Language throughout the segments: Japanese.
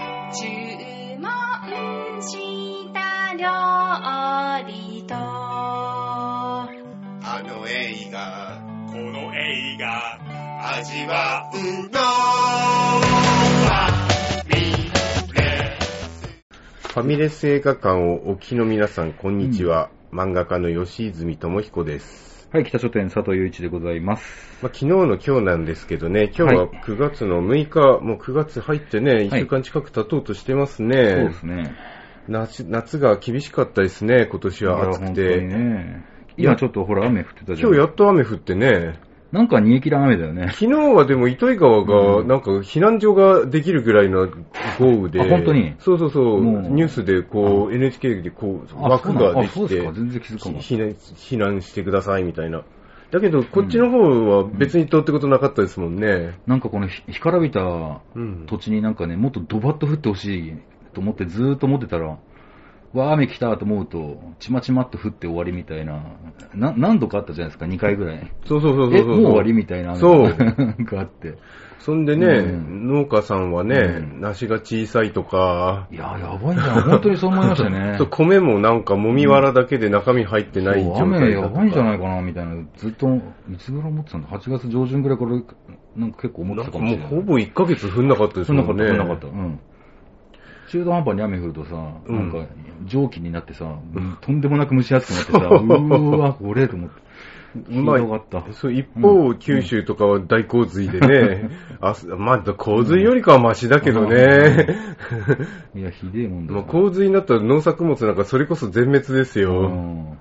注文した料理とあの映画、この映画味わうのは見れファミレス映画館をお聞きの皆さん、こんにちは。漫画家の吉泉智彦です。はい、北書店佐藤雄一でございます。まあ、昨日の今日なんですけどね、今日はは9月の6日、もう9月入ってね、1はい週間近く経とうとしてますね。そうですね。夏夏が厳しかったですね、今年いやは暑く本当にて。ね。今ちょっとほら雨降ってたじゃ今日やん。っと雨降ってね、なんか煮え切らん雨だよね。昨日はでも糸魚川が、うんなんか避難所ができるぐらいの豪雨で、あ本当にそうそうそう、もうニュースでこう、NHK でこう、あ枠そうなのがであそきうですてか、全然気づかなかったひ避難避難してくださいみたいな。だけど、こっちの方は別にどうってことなかったですもんね。なんかこのひ干からびたうん。土地になんかね、もっとドバッと降ってほしいと思ってずーっと思ってたら、わあ、雨来たと思うと、ちまちまっと降って終わりみたいな、な何度かあったじゃないですか、2回ぐらい。そうそうそうそうえ、そう。もう終わりみたいなそう雨がなんかあって。そんでね、うん農家さんはね、うん梨が小さいとか、いやー、やばいな、本当にそう思いました ね。そう米もなんかもみ藁だけで中身入ってない状そう態雨だやとか。ばいんじゃないかなみたいな、ずっと、いつぐらい思ってたんだ、8月上旬ぐらいから、なんか結構思ってなんたかかももうしれない。ほぼ1ヶ月降んなかったですそんなもこんと、ね。そんなこと、うん。中途半端に雨降るとさ、うんなんか蒸気になってさ、とんでもなく蒸し暑く なってさ、うーわ、これと思って。ひまあどかった。そう一方、九州とかは大洪水でね、あすまあ、洪水よりかはマシだけどね、いや、ひでえもんだもう洪水になったら農作物なんかそれこそ全滅ですうよ。ん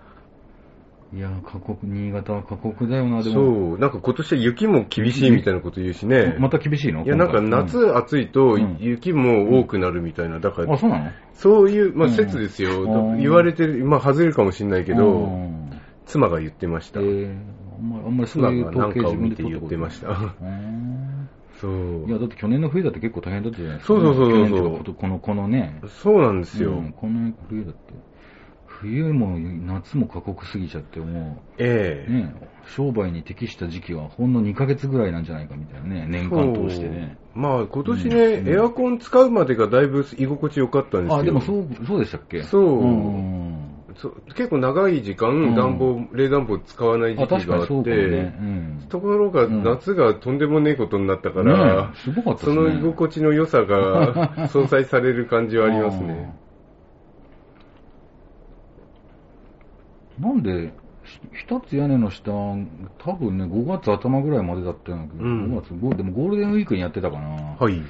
いや、過酷、新潟は過酷だよな、でも。そう、なんか今年は雪も厳しいみたいなこと言うしね。また厳しいのいや、なんか、今夏暑いとうん雪も多くなるみたいな。だか回うんあ、ら、そうなのそういう、まあうん説ですよ。うん言われてる、まあ外れるかもしれないけうど、ん妻が言ってましたえ。ー、あんまり、あんまりそう妻いうがな統ん計かを自分見でて取言ったっこてとなまいした。うーん そうい。や、だって去年の冬だって結構大変だったじゃないですか、そうそうそうそう去年っていかことこの、このね、そうなんですよ。うんこの冬だって、冬も夏も過酷すぎちゃって、もえう、え。ね、商売に適した時期はほんの2ヶ月ぐらいなんじゃないかみたいなね、年間通してね。そうまあ今年ね、うんエアコン使うまでがだいぶ居心地良かったんですよ。あ、でもそう、そうでしたっけそうんそう結構長い時間、うん暖房、冷暖房使わない時あ、期確がかあにっそうかもね。うて、ん。ところがうん夏がとんでもねえことになったから、ねえすごかったそですね。の居心地の良さ が相殺される感じはありますね。あー。なんで、ひ一つ屋根の下、多分ね、5月頭ぐらいまでだったんだけど、うん5月、ごでもゴールデンウィークにやってたかな。はい。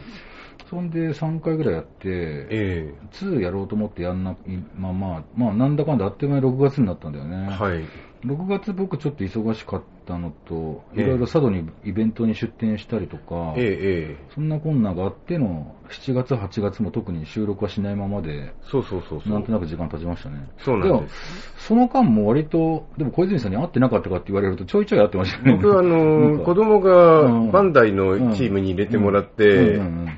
そんで3回ぐらいやって、え2やろうと思ってやんな、いまあまあ、まあなんだかんだあっという間に6月になったんだよね。えはい。 6月僕ちょっと忙しかったのと、いええろいろ佐渡にイベントに出店したりとか、ええええそんなこんながあっての、7月、8月も特に収録はしないままで、そうそうそうそなんとう。なく時間経ちましたね。そうなんです。その間も割と、でも小泉さんに会ってなかったかって言われると、ちょいちょい会ってましたね。僕はあなのんか子供うがんバンダイのチームに入れてもらって、うんうんうん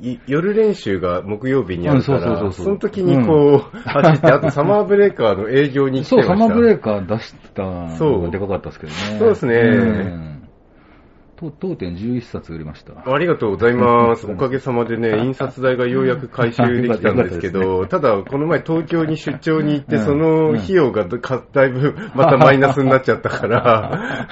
いい夜練習が木曜日にあるかうんそうそうそら、うそうその時にこう、走って、あとサマーブレーカーの営業に来てそました。う、サマーブレーカー出したのそうがでかかったですけどね。そうですねうんと当店11冊売りました。ありがとうございます。おかげさまでね、印刷代がようやく回収できたんですけよど、ただ、この前東京に出張に行って、うんその費用がだかだいぶまたマイナスになっちゃった から、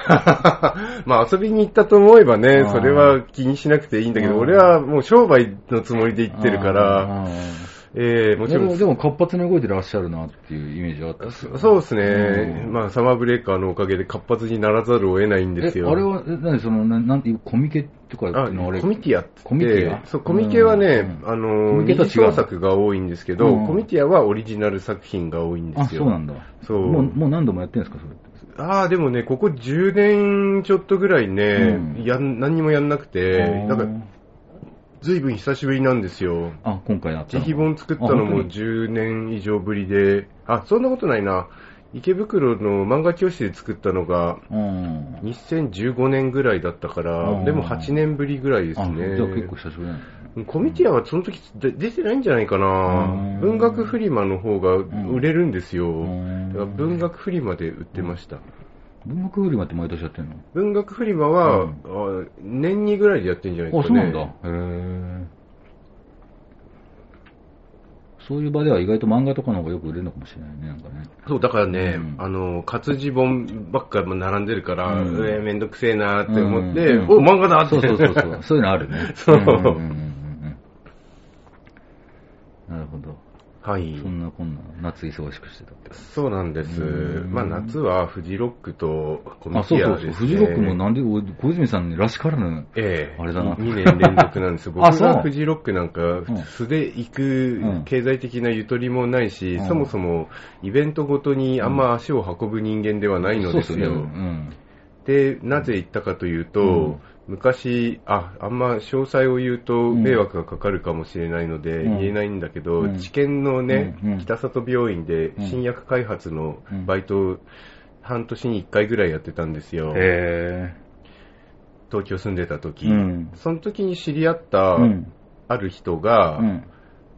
まあ遊びに行ったと思えばねう、んそれは気にしなくていいんだけど、うん俺はもう商売のつもりで行ってるから、あー。えー、ももちちろろんん。でも活発に動いてらっしゃるなっていうイメージはあったんですよそそうですね、うんまあ、サマーブレーカーのおかげで活発にならざるを得ないんですよ。えあれは、え何その、ななんていう、コミケとかっていうのはああれコミティアって言ってコミティアそう、コミケはね、うんあコの、ミケとは違う二次創作が多いんですけど、うんコミティアはオリジナル作品が多いんであ、すよ。そうなんだ。そうもう、もう何度もやってるんですか、それっああ、でもね、ここ10年ちょっとぐらいね、うんやん何にもやんなくて、て。なんか、ずいぶん久しぶりなんですよ。あ、今回やった自の費本作ったのあ本も当に10年以上ぶりで、あ、そんなことないな。池袋の漫画教室で作ったのが、うん。 2015年ぐらいだったから、うんでも8年ぶりぐらいですあね。じゃあ結構久しぶりなんだねコミティアはその時で出てないんじゃないかなうん文学フリマの方が売れるんですよ。んだから文学フリマで売ってました。文学フリマって毎年やってんの文学フリマは、うんあ年にぐらいでやってんじゃないであ、すそかうね。なんだ。へえ。そういう場では意外と漫画とかの方がよく売れるのかもしれないね、なんかね。そう、だからね、うんあの、活字本ばっか並んでるから、うんえーめんどくせえなって思って、うんお、漫画だって。そうそうそう そう。そういうのあるね。そうんんんんうんなるほど。 はい。そんなこんな、夏忙しくしてたって感じ。そうなんです。うんまあ、夏はフジロックとコミあ、そうティそアうです、そう。ね。フジロックもなんで、俺小泉さんにらしからぬ。ええ、あれだな2年連続なんです よ。僕あそうはフジロックなんかん、素で行うくん経済的なゆとりもないし、うんそもそもイベントごとにあんま足を運ぶ人間ではないのですそうっよ。ねうん。で、なぜ行ったかというと、うん昔、あ、あんま詳細を言うとん迷惑がかかるかもしれないのでうん言えないんだけど、うん治験のね、うんうん北里病院でん新薬開発のうんバイトを半年に1回ぐらいやってたんですよ。へ東京住んでた時。うんその時に知り合ったうん。ある人うがん。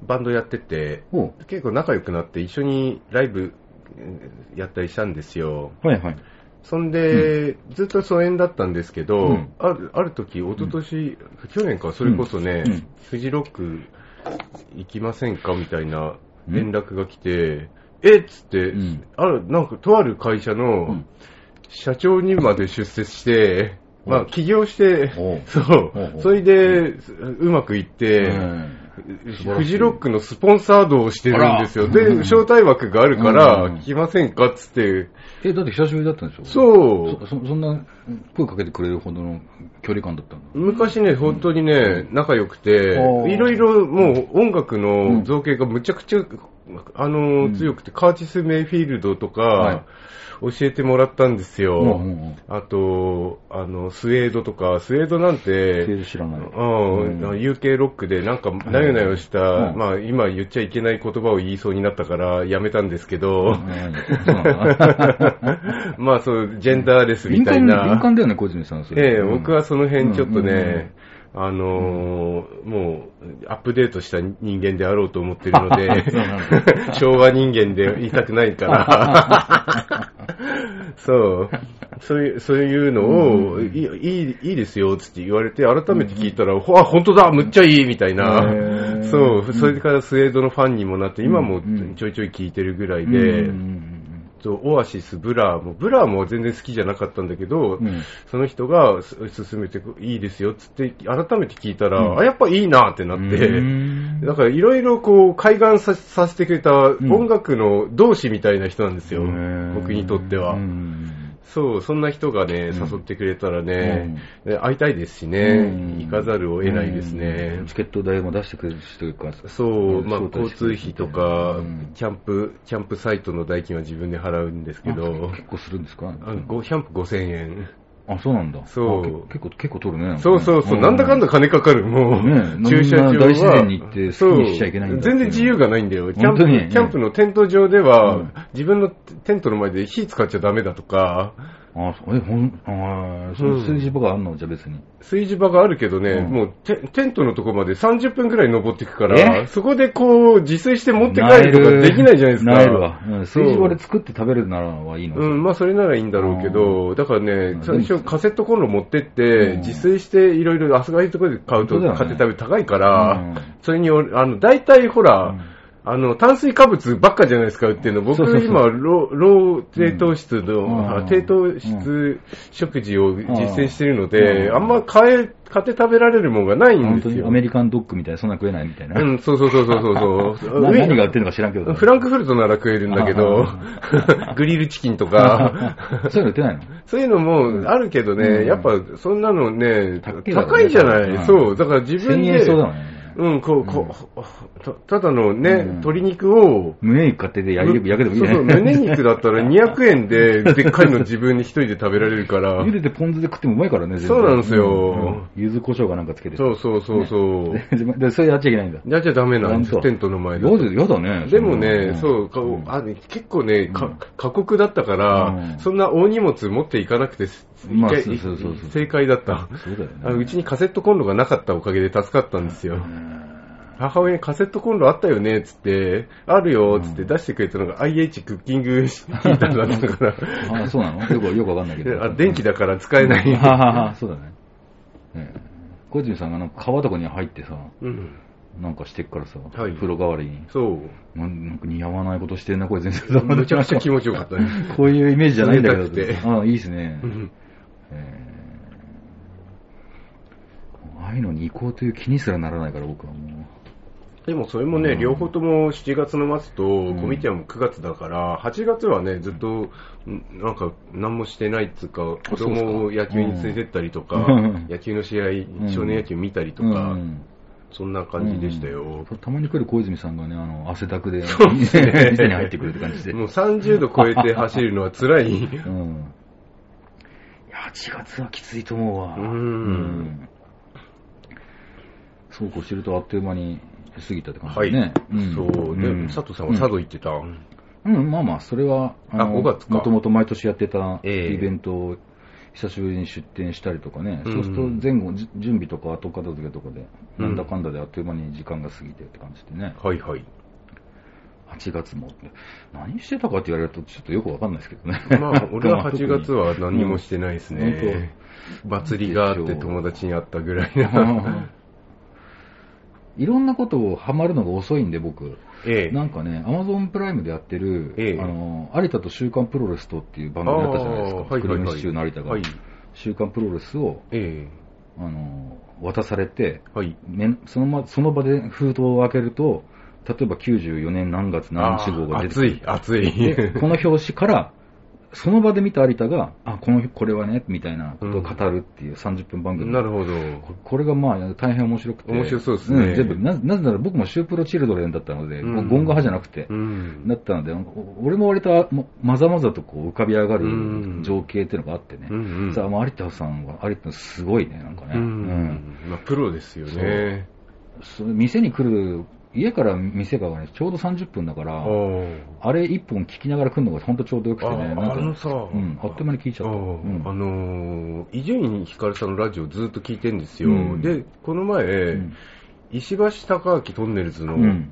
バンドやってて、お結構仲良くなって一緒にライブえーやったりしたんですよ。はいはい。そんで、ずっと疎遠だったんですけど、うんあるある時、一昨年、去年か、それこそね、うんフジロック行きませんかみたいな連絡が来て、えっつって、うんある、なんか、とある会社うのん社長にまで出世して、うんまあ、起業して、おう そおうおうう、それで、うまくいって、素晴らしいフジロックのスポンサードをしてるんですよ。あらで、招待枠があるかうんら、来ませんかっつって、え、だって久しぶりだったんでしょそうそ、そそんな声かけてくれるほどの距離感だったんだ。昔ね、本当にね、仲良くてお、ーいろいろもう音楽うんの造形がむちゃくちゃ、あのーうん強くて、カーチス・メイフィールドとはいか、教えてもらったんですよ。うんうんうんあと、あの、スウェードとか、スウェードなん全て、然知らない。うん、うん UK ロックでなんか、なよなよした、うんまあ今言っちゃいけない言葉を言いそうになったからやめたんですけうど、んそうなんだ まあ そう、ジェンダーレスみ敏たい感な。敏感だよね、小泉さん。それええ、僕はその辺ちょっとうんうんうんね、あのーもう、アップデートした人間であろうと思ってるので そうなん、 昭和人間でいたくないから、 そう、そういう、そういうのを、いい、いいいいですよ、つって言われて、改めて聞いたら、ほあ、本当だ、むっちゃいい、みたいへえな、そう、それからスウェードのファンにもなって、今もちょいちょい聞いてるぐらいうんうんで、そうオアシス、ブラーも、ブラーも全然好きじゃなかったんだけど、うんうんうんその人がす勧めてくいいですよっつって、改めて聞いたら、うんあ、やっぱいいなってなって、うんだからいろいろこう、開眼ささせてくれたん音楽の同志みたいな人なんですよ、へえ僕にとっては。うんそう、そんな人がね、うん誘ってくれたらね、で会いたいですしね、行かざるを得ないですうねん。チケット代も出してくれるしというか、そう、うんまあ、招交待してくれ通る費とか、うんキャンプ、キャンプサイトの代金は自分で払うんですけどあ、結構するんですかあごキャンプ5000円。あ、そうなんだ。そうあけ結構、結構取るね。そうそうそう、んなんだかんだ金かかる、もう。ね駐車場は。なんな大自然に行って好きにしちゃいけないんだってそう全然自由がないんだよ。キャン本プ、当にキャンプのテント上では、うん自分のテントの前で火使っちゃダメだとか、あ、そうえ、ほん、あーその数字とかあんのじゃあ別に。炊事場があるけどね、うんもうテテントのとこまで30分くらい登っていくから、えそこでこう、自炊して持って帰るとかできないじゃないですか。なえるわ。うんそう数字割で作って食べるならはいいの。うん、まあそれならいいんだろうけど、だからうんね、最初カセットコンロ持ってって、うん自炊していろいろあそこああいうところで買うと、本当だよね買って食べ高いかうんら、それによる、あの、大体ほら、うんあの、炭水化物ばっかじゃないですか、売ってるの。僕、そうそうそう今、ロー、ロー低糖質の、うんあ低糖質食事を実践してるので、うんあんま買え、買って食べられるもんがないん本で当すによ。アメリカンドッグみたいな、そんな食えないみたいな。うん、そうそうそうそうそうそう。な上 何が売ってるのか知らんけど。フランクフルトなら食えるんだけど、 グリルチキンとか、 そういうの売ってないのそういうのもあるけどね、うんやっぱそんなのね、高いだろうね高いじゃない、うんそう、だから自分 ?1000 で円、そうだもんね。うん、こう、こう、たただのね、うん鶏肉を、胸肉買ってて焼いて焼けてもいいそうね。そう、胸肉だったら200円で、でっかいの自分で一人で食べられるか ら 茹。でてポン酢で食ってもうまいからね、全然そうなんですようん柚子胡椒かなんかつけて。そうそうそうそう。で で、それやっちゃいけないんだ。やっちゃダメなんですよ、ほんテとントの前で。やだやだね。でもね、そうう、かあ結構ね、か過酷だったから、うんそんな大荷物持っていかなくて、まあいけそうそうそうそう正解だった。そうだよねあのうちにカセットコンロがなかったおかげで助かったんですよ。母親にカセットコンロあったよねっつって、あるよっつって出してくれたのが IH クッキングヒーターだったから、あそうなのよく、よくわかんないけで ど。あ電気だから使えなうん。い。はははそうだね。ね小泉さんがなんか川とかに入ってさ、うん。なんかしてっからさ、はい風呂代わりに。そう。なんなんか似合わないことしてんな、これ全然。めちゃくちゃ気持ちよかったね。 こういうイメージじゃないんだけ冷たくてど。ああ、いいですねう。んえーああいうのに行こうという気にすらならないから、僕はもでもそれもね、うん両方とも7月の末と、んコミティアも9月だから、8月はね、ずっと、んなんか、何もしてないっつうか、子供を野球に連れてったりとか、うん野球の試合、ん少年野球見たりう。とか、うんそんな感じでしたよ。うんたまに来る小泉さんがね、あの、汗だくで、そうですね店に入ってくるって感じで。もう30度超えて走るのは辛い。 うん。いや、8月はきついと思うわ。うんんそうこうしてるとあっという間に過ぎたって感じはだい。ね。んそう。で、ん佐藤さんは佐渡行ってた。うん、うんまあまあ、それは、あ5月かもともと毎年やってたええイベントを久しぶりに出店したりとかね、うんそうすると前後、じ準備とか後片付けとかで、うんなんだかんだであっという間に時間が過ぎてって感じでね。はいはい。 8月も。何してたかって言われると、ちょっとよくわかんないですけどね。ま あ、俺まはあ8月は何もしてないですね。祭りがあって友達に会ったぐらいな。いろんなことをハマるのが遅いんで、僕。ええ。なんかね、アマゾンプライムでやってる、ええあの、有田と週刊プロレスとっていう番組だったじゃないですか。あーはいはいはいクリームシチューの有田が、はい。週刊プロレスを、えあの、渡されて、え。はい。ねそのま、その場で封筒を開けると、例えば94年何月何日号が出てく暑るい、暑い。で、この表紙から、その場で見た有田が、あ、この、これはね、みたいなことを語るっていう30分番 組。なるほど。ここれがまあ、大変面白くて。面白そうですねん全部な、なぜなら僕もシュープロチルドレンだったので、うんゴンガ派じゃなくてう、ん。だったので、お俺も割とあもまざまざとこう浮かび上がうんる情景っていうのがあってね。うんうんさあ、まあ有田さんは、有田すごいね、なんかね。ううんん。まあ、プロですよね。それ店に来る、家から店がね、ちょうど30分だから、ああ。あれ一本聞きながら来るのが本当ちょうどよくてあね、あなんのか、さ、うん、あっという間に聞いちゃあった。あうんあのー伊集院光さんのラジオずっと聞いてんですよ、うんでこの前、うん石橋貴明トンネルズのうん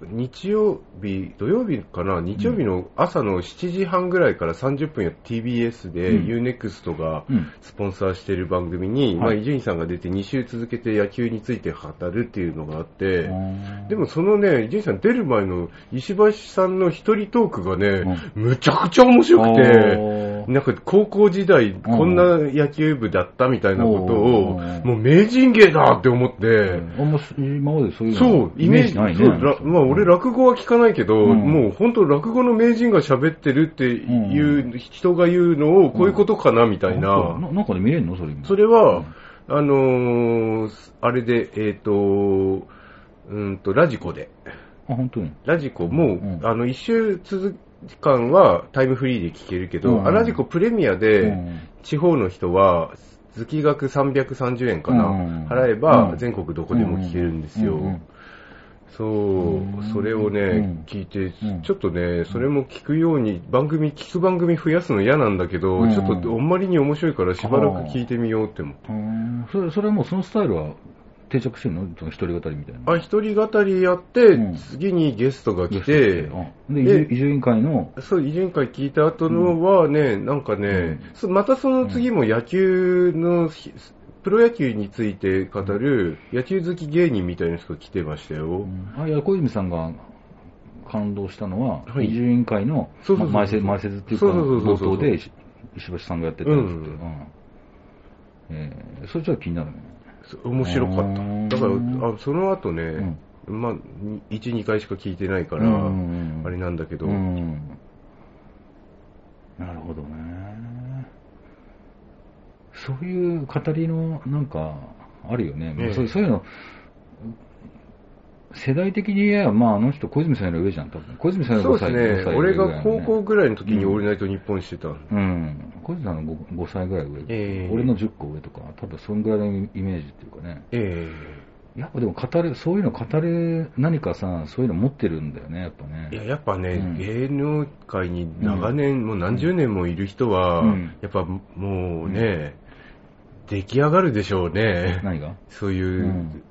日曜日、土曜日かな、日曜日の朝の7時半ぐらいから30分や TBS で、うん UNEXT がうんスポンサーしてる番組に、はいまあ、伊集院さんが出て2週続けて野球について語るっていうのがあって、うんでもそのね、伊集院さん出る前の石橋さんの一人トークがね、むちゃくちゃ面白くて、おーなんか高校時代こんな野球部だったみたいなことを、うんもう名人芸だって思って、あんまし今までそういうのそう、イメージ、ないね。そうらまあ俺落語は聞かないけど、うんもう本当落語の名人が喋ってるっていう、人が言うのをこういうことかなみたいな。あな。なんかで見れるのそれ今。それは、あのーあれで、えっ、と、うーんと、ラジコで。あ、本当に。ラジコも、うんあの、一周続間はタイムフリーで聞けるけど、うんあラジコプレミアで、うん地方の人は、月額330円かな、うん払えばう、ん全国どこでも聞けるんですよ。うんうんそうう、んそれをね、うん聞いてうん、ちょっとね、それも聞くように、番組、聞く番組増やすの嫌なんだけど、うんちょっとあんまりに面白いからしばらく聞いてみようって思う。うんそれ、それはもうそのスタイルは定着してるのその一人語りみたいな。あ、一人語りやって、うん次にゲストが来でて、、うんで、伊集で伊集院会の、そう、委員会聞いた後のはね、なんかね、そまたその次も野球のひ、プロ野球について語る野球好き芸人みたいな人が来てましたよ。あいや小泉さんが感動したのは、はい伊集院会のそうそうそうま前説前説っていうか、そうそうそう冒そう頭で石石橋さんがやってたっつって、うんえーそれじゃ気になるね。そ面白かっうんた。だから、あその後ね、まあ、1、2回しか聞いてないから、うんあれなんだけど、うんなるほどね。そういう語りの、なんか、あるよね。ええそうそういうの、世代的に言えば、まあ、あの人、小泉さんより上じゃん、多分。小泉さんよりそう5で歳すね、俺が高校校。ぐらいの時にオールナイト日本してた。うん。小泉さんの 5, 5歳ぐらい上、ええ俺の10個上とか、多分そんぐらいのイメージっていうかね。えやっぱでも語る、そういうの語る、何かさ、そういうの持ってるんだよね、やっぱね。えいや、やっぱね、うん芸能界に長年、もう何十年もいる人は、うんやっぱもうね、出来上がるでしょうね。何がそういううん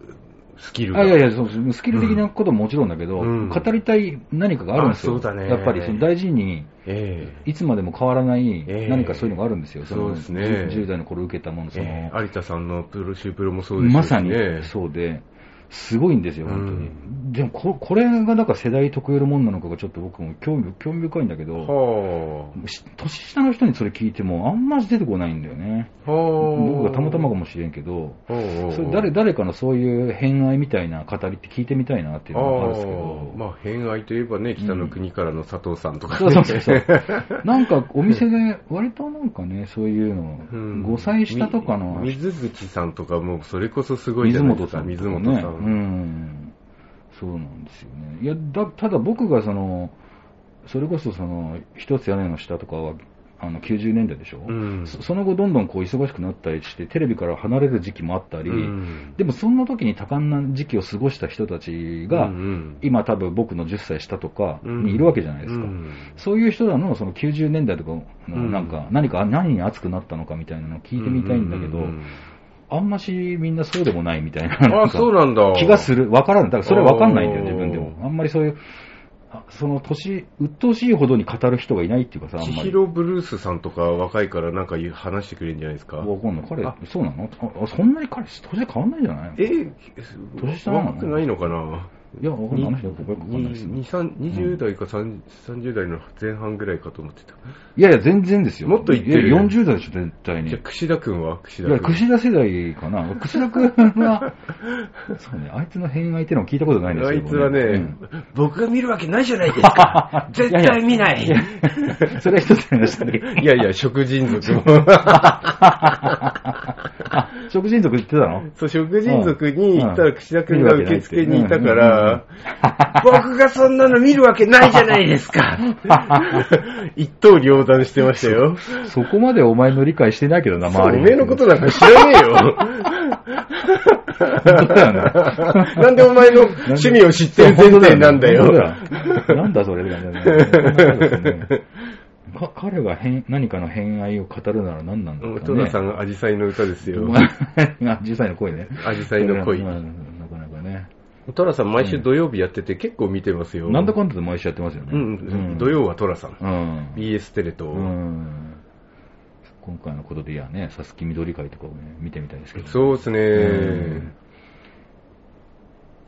スキルが。あいやいやそうそう、スキル的なことももちろんだけど、うん語りたい何かがあるんですよ。あそうだねやっぱりその大事に、ええいつまでも変わらないええ何かそういうのがあるんですよ。のそうですねじゅ 10, 代の頃受けたもの、その、ええ有田さんのプロシュープロもそうですしね。まさにそうで、すごいんですよ、本当に。うでもこ、これがだから世代特有のもんなのかがちょっと僕も興味興味深いんだけど、はし年下の人にそれ聞いてもあんまし出てこないんだよね。あ。はあ。僕がたまたまかもしれんけど、うんうんそれ誰誰かのそういう偏愛みたいな語りって聞いてみたいなっていうのがあるんですけどあー、まあ、偏愛といえばね、北の国からの佐藤さんとかそね。うそうそ うそう。なんかお店で、割となんかね、そういうの、うん5歳下とかのみ水口さんとかも、それこそすごいじ水ゃないで本すか。さんと水かね本さん。うん。そうなんですよね。いや、だただ僕がその、それこそその、一つ屋根の下とかは、あの、90年代でしょ、うんそその後どんどんこう忙しくなったりして、テレビから離れる時期もあったり、うんでもそんな時に多感な時期を過ごした人たちが、うん今多分僕の10歳下とかにいるわけじゃないですか。うんそういう人らのその90年代とかうのんなんか、何か、何に熱くなったのかみたいなのを聞いてみたいんだけど、ううんあんましみんなそうでもないみたいな。あ、そうなんだ。気がする。わからん。だからそれはわかんないんだあーよ、自分でも。あんまりそういう、あその年、鬱陶しいほどに語る人がいないっていうかさ、あん千まり。尋ブルースさんとか若いからなんか言う話してくれるんじゃないですか。わかんない。彼あ、そうなのああそんなに彼、年変わんないんじゃないえ、年下なの若くないのかないや、わかんない。あの人よくわかんないですよに三20代か30 30代の前半ぐらいかと思ってた。いやいや、全然ですよ。もっと言ってるいや40代でしょ、絶対に。じゃあ、櫛田くんは櫛いや、田くん。串田世代かな。串田くん は、そうね、あいつの偏愛ってのを聞いたことないんですあよ。いつはね、うん僕が見るわけないじゃないですか。 絶対見ない。いや それは一つありましたね。いや食人族も。 あ、食人族言ってたのそう、食人族に行ったうらん櫛田くんが受付にいたから、 僕がそんなの見るわけないじゃないです か。一刀両断してましたよ。そこまでお前の理解してないけどな、そう周り。おめえのことなんか知らねえ よ。本当だよな。なんでお前の 趣味を知ってる前提なんだ本当よ。だよなんだそれみたい なね。か彼が偏何かの偏愛を語るなら何なんだろうね。トナさん、アジサイの歌ですよ。が実際の声ね。アジサイの恋。うんなかなかね。トラさん、毎週土曜日やってて結構見てますよ。なんだかんだで毎週やってますよね。うん、土。曜はトラさん。うん BS テレと、うん今回のことでいやね、さすき緑会とかをね、見てみたいですけど、そうですね、うん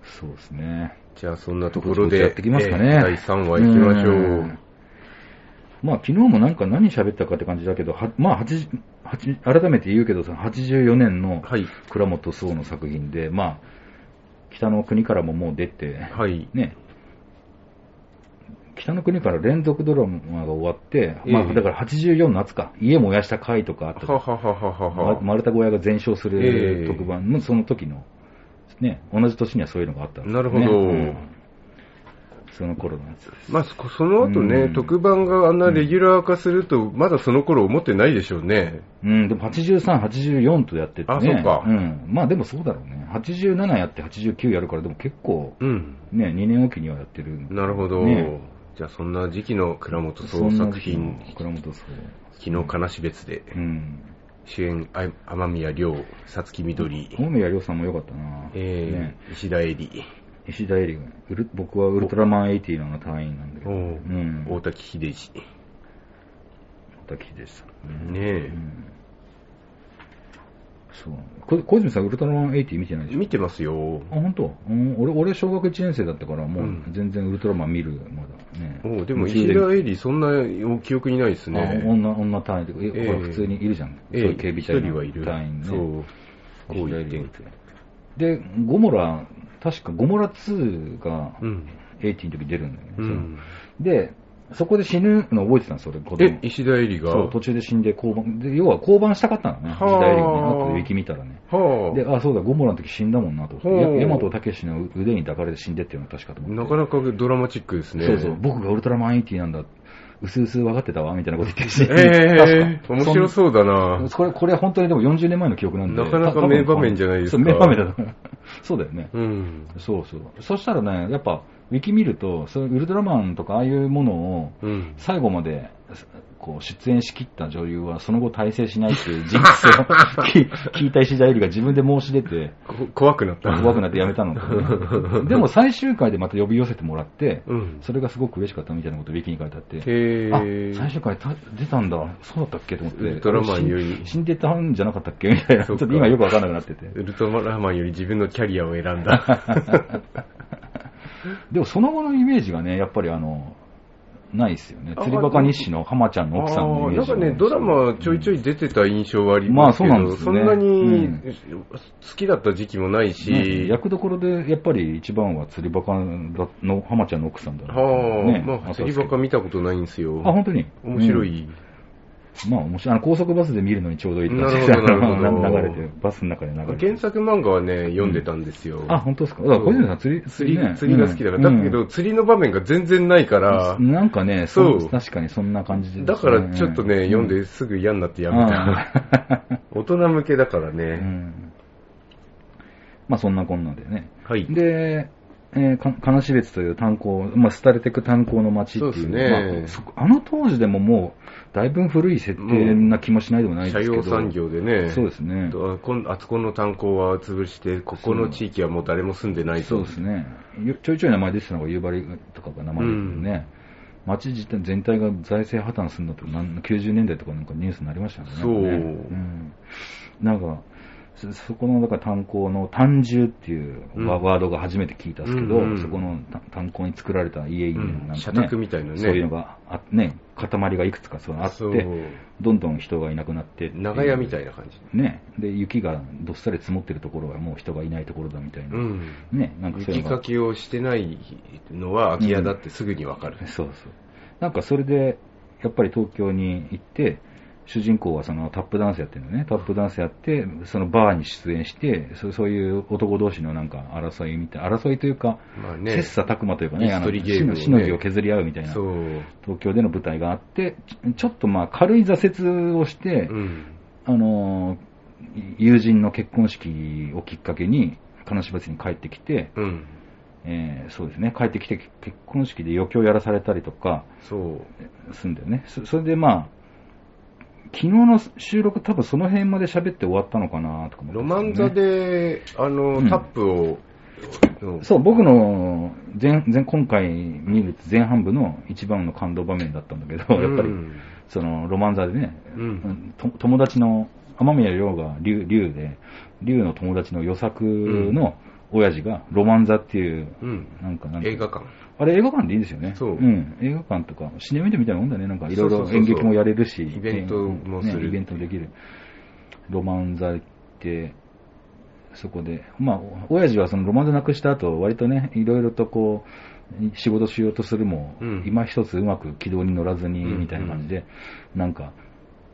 そうですね。じゃあそんなところで、ぼちぼちやってきますかね。えー第3話いきましょう。んまあ、昨日もなんか何喋ったかって感じだけど、はまあ、80 80改めて言うけどさ、84年のはい、倉本壮の作品で、まあ、北の国からももう出て、はい、ね、北の国から連続ドラマが終わって、ええまあ、だから84夏か、家燃やした回とかあったじゃんはははははまは。丸太小屋が全焼するええ特番のその時の、ね、同じ年にはそういうのがあったんですねなるほどうんその頃のやつです。まあ、そその後ね、うん特番があんなレギュラー化すると、まだその頃思ってないでしょうね。うん、でも83、84とやっててね。あそうかん。まあでもそうだろうね。87やって89やるから、でも結構、うん。ね、2年おきにはやってる。なるほど。ねじゃあそんな時期の倉本そ総んな作品、倉本そう。昨日かなし別で、うん。主演、あ天宮亮、さつきみどり、小宮亮さんも良かったな。えね、ー、石田絵里、石田絵里がウル僕はウルトラマン80の隊員なんだけど。おううん。大滝秀治。大滝でした。ねそうこ小泉さん、ウルトラマン80見てなえ、いでしょ見てますよ。あ、本当、うん、俺、俺、小学1年生だったから、もううん全然ウルトラマン見る、まだね。おうでも石夢中で田絵里、そんなお記憶にないですあね。女、女隊員とか、えええほら普通にいるじゃん。ええそういう警備隊一人のはいる。隊員ね。そう。こう言って石田入りで、ゴモラ、確かゴモラ2がうん。 80の時出るんだよね。うん、そうで、そこで死ぬの覚えてたんですよ、俺、子え供、。石田絵里がそう、途中で死んで降板、で要は降板したかったのね、はあ時代にね、後でウィキ見たらね。はあ。で、あ、そうだ、ゴモラの時死んだもんなと思ほうって、ヤマトタケシの腕に抱かれて死んでっていうのは確かと思って。なかなかドラマチックですね。そうそう、僕がウルトラマン80なんだ、うすうす分かってたわ、みたいなこと言ってるし。ええ確か面白そうだな。そんこれ、これ本当にでも40年前の記憶なんで。なかなかた名場面じゃないですかそう、名場面だな。そうだよね。うん。そうそう。そしたらね、やっぱ、ウィキ見ると、そういうウルトラマンとかああいうものを、うん。最後まで、こう、出演しきった女優は、その後大成しないっていうジンクスを 聞聞いた石田ゆりが自分で申し出て、こ怖くなった。怖くなっなってやめた のかな。でも最終回でまた呼び寄せてもらって、うん。それがすごく嬉しかったみたいなことをウィキに書いてあって、へあえ。最終回た出たんだ、そうだったっけと思って、ウルトラマンより死ん死んでたんじゃなかったっけみたいな、ちそょっっかと今よくわかんなくなってて。ウルトラマンより自分のキャリアを選んだ。でもその後のイメージがね、やっぱりあの、ないですよね。あ釣りバカ日誌の浜ちゃん の奥さんのイメージあーなんかね、ドラマちょいちょい、い出てた印象はありまあますそけうど、なんですねそんなにうん好きだった時期もないし、うん役どころでやっぱり一番は釣りバカの浜ちゃんの奥さんだなはあ、まあ、朝釣でりすけバどカ見たことないんですよ。あ、本当に面白うんい。まあ面白い。あの、高速バスで見るのにちょうどいいって話なるほどなる ほど流れて、バスの中で流れて。原作漫画はね、読んでたんですよ。あ、本当ですか。だから小泉さん釣り、釣りね釣りが好きだから、うんだけど、釣りの場面が全然ないから、うんなんかね、そそうう、確かにそんな感じですねだからちょっとね、うん読んですぐ嫌になってやめた。あー 大人向けだからうね。んまあそんなこんなでね。はい。で、えーか金標津という炭鉱、まあ、廃れてく炭鉱の町っていう、そうですねまあそあの当時でももう、だいぶ古い設定な気もしないでもないで車すけど、用産業でね、そうですね、あこんあそこの炭鉱は潰して、ここの地域はもう誰も住んでないそうとで。すね、よちょいちょい名前出てたのが夕張とかが名前ですけどね、町自体全体が財政破綻するんだとか、なん90年代とかなんかニュースになりましたよね。そうんなんかそそこのだから炭鉱の炭汁っていうワうんワードが初めて聞いたんですけど、うんうんそこの炭炭鉱に作られた家々のなんうか、ねん社宅みたいなねそういうのがあ、ね、塊がいくつかそうあっそうて、どんどん人がいなくなってっていう長屋みたいな感じ。ね、で雪がどっさり積もってるところはもう人がいないところだみたいな、うん。ね、なんかそういう雪のかがきをしてないのは空き家だってすぐにわかる。そうそう。なんかそれで、やっぱり東京に行って、主人公はそのタップダンスやってるのね。タップダンスやって、そのバーに出演して、そうそういう男同士のなんか争いみたい、争いというか、まあね。切磋琢磨というかね、椅子取りゲしームのをねしのぎを削り合うみたいな、そう。東京での舞台があって、ちちょっとまあ軽い挫折をして、うん。あのー、友人の結婚式をきっかけに、金芝津に帰ってきて、うん。えーそうですね、帰ってきて結婚式で余興やらされたりとか、そう。すんだよね。そそれでまあ、昨日の収録多分その辺まで喋って終わったのかなとか思っロてたマんンですよ座ねで、あの、うんタップを、のそう、僕の前、前、今回見る前半部の一番の感動場面だったんだけど、やっぱり、うんその、ロマン座でね、う。うんんと友達の、雨宮亮が竜竜で、竜の友達の予作の親父が、ロマン座っていう、うん。なんか、なんか映画館。あれ映画館でいいんですよね。。そうん映画館とか、シネマイトみたいなもんだね。なんかいろいそうろそうそう演そう劇もやれるし、イベントもするねイベントもできる。ロマン座って、そこで、まあ、親父はそのロマン座なくした後、割とね、いろいろとこう、仕事しようとするも、うん今一つうまく軌道に乗らずに、うんみたいな感じで、なんか、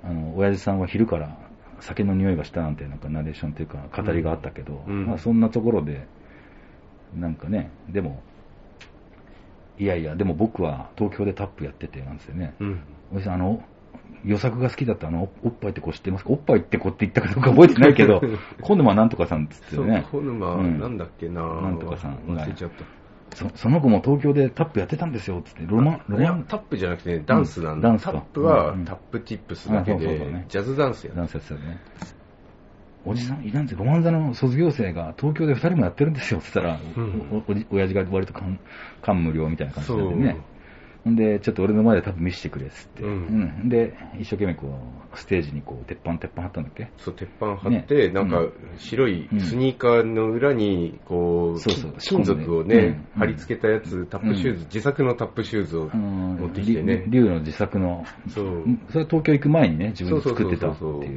あの、親父さんは昼から酒の匂いがしたなんて、なんかナレーションというか、語りがあったけど、うんまあ、そんなところで、なんかね、でも、いやいや、でも僕は東京でタップやっててなんですよね。うん。おじさん、あの、予作が好きだったあの、おおっぱいって子知ってますかおっぱいって子って言ったかどうか覚えてな いけど、小沼なんとかさんっつってそう、ね、小沼、うんなんだっけななんとかさん忘れちゃった。そその子も東京でタップやってたんですよっつって、ロマン、ロいマやン、タップじゃなくてね、ダンスなんだ。うんダンスタかップは、うんタップチップスだけあそうそうそうねで、ジャズダンスやダンスやってたよね。おじさん、いなんですよロマン座の卒業生が東京で二人もやってるんですよって言ったら、うんおおおじ親父が割と感感無量みたいな感じなんでそねう。ほんで、ちょっと俺の前で多分見せてくれっつって、うんうんで、一生懸命こう、ステージにこう、鉄板、鉄板貼ったんだっけそう、鉄板貼って、ねなんかうん、白いうんスニーカーの裏に、こう、そうそうき金属を仕込んでねね、うん貼り付けたやつ、タップシューズ、自作のタップシューズをあの持ってきてねり。竜の自作の、そう。それは東京行く前にね、自分で作ってたってそうそうそういそうう。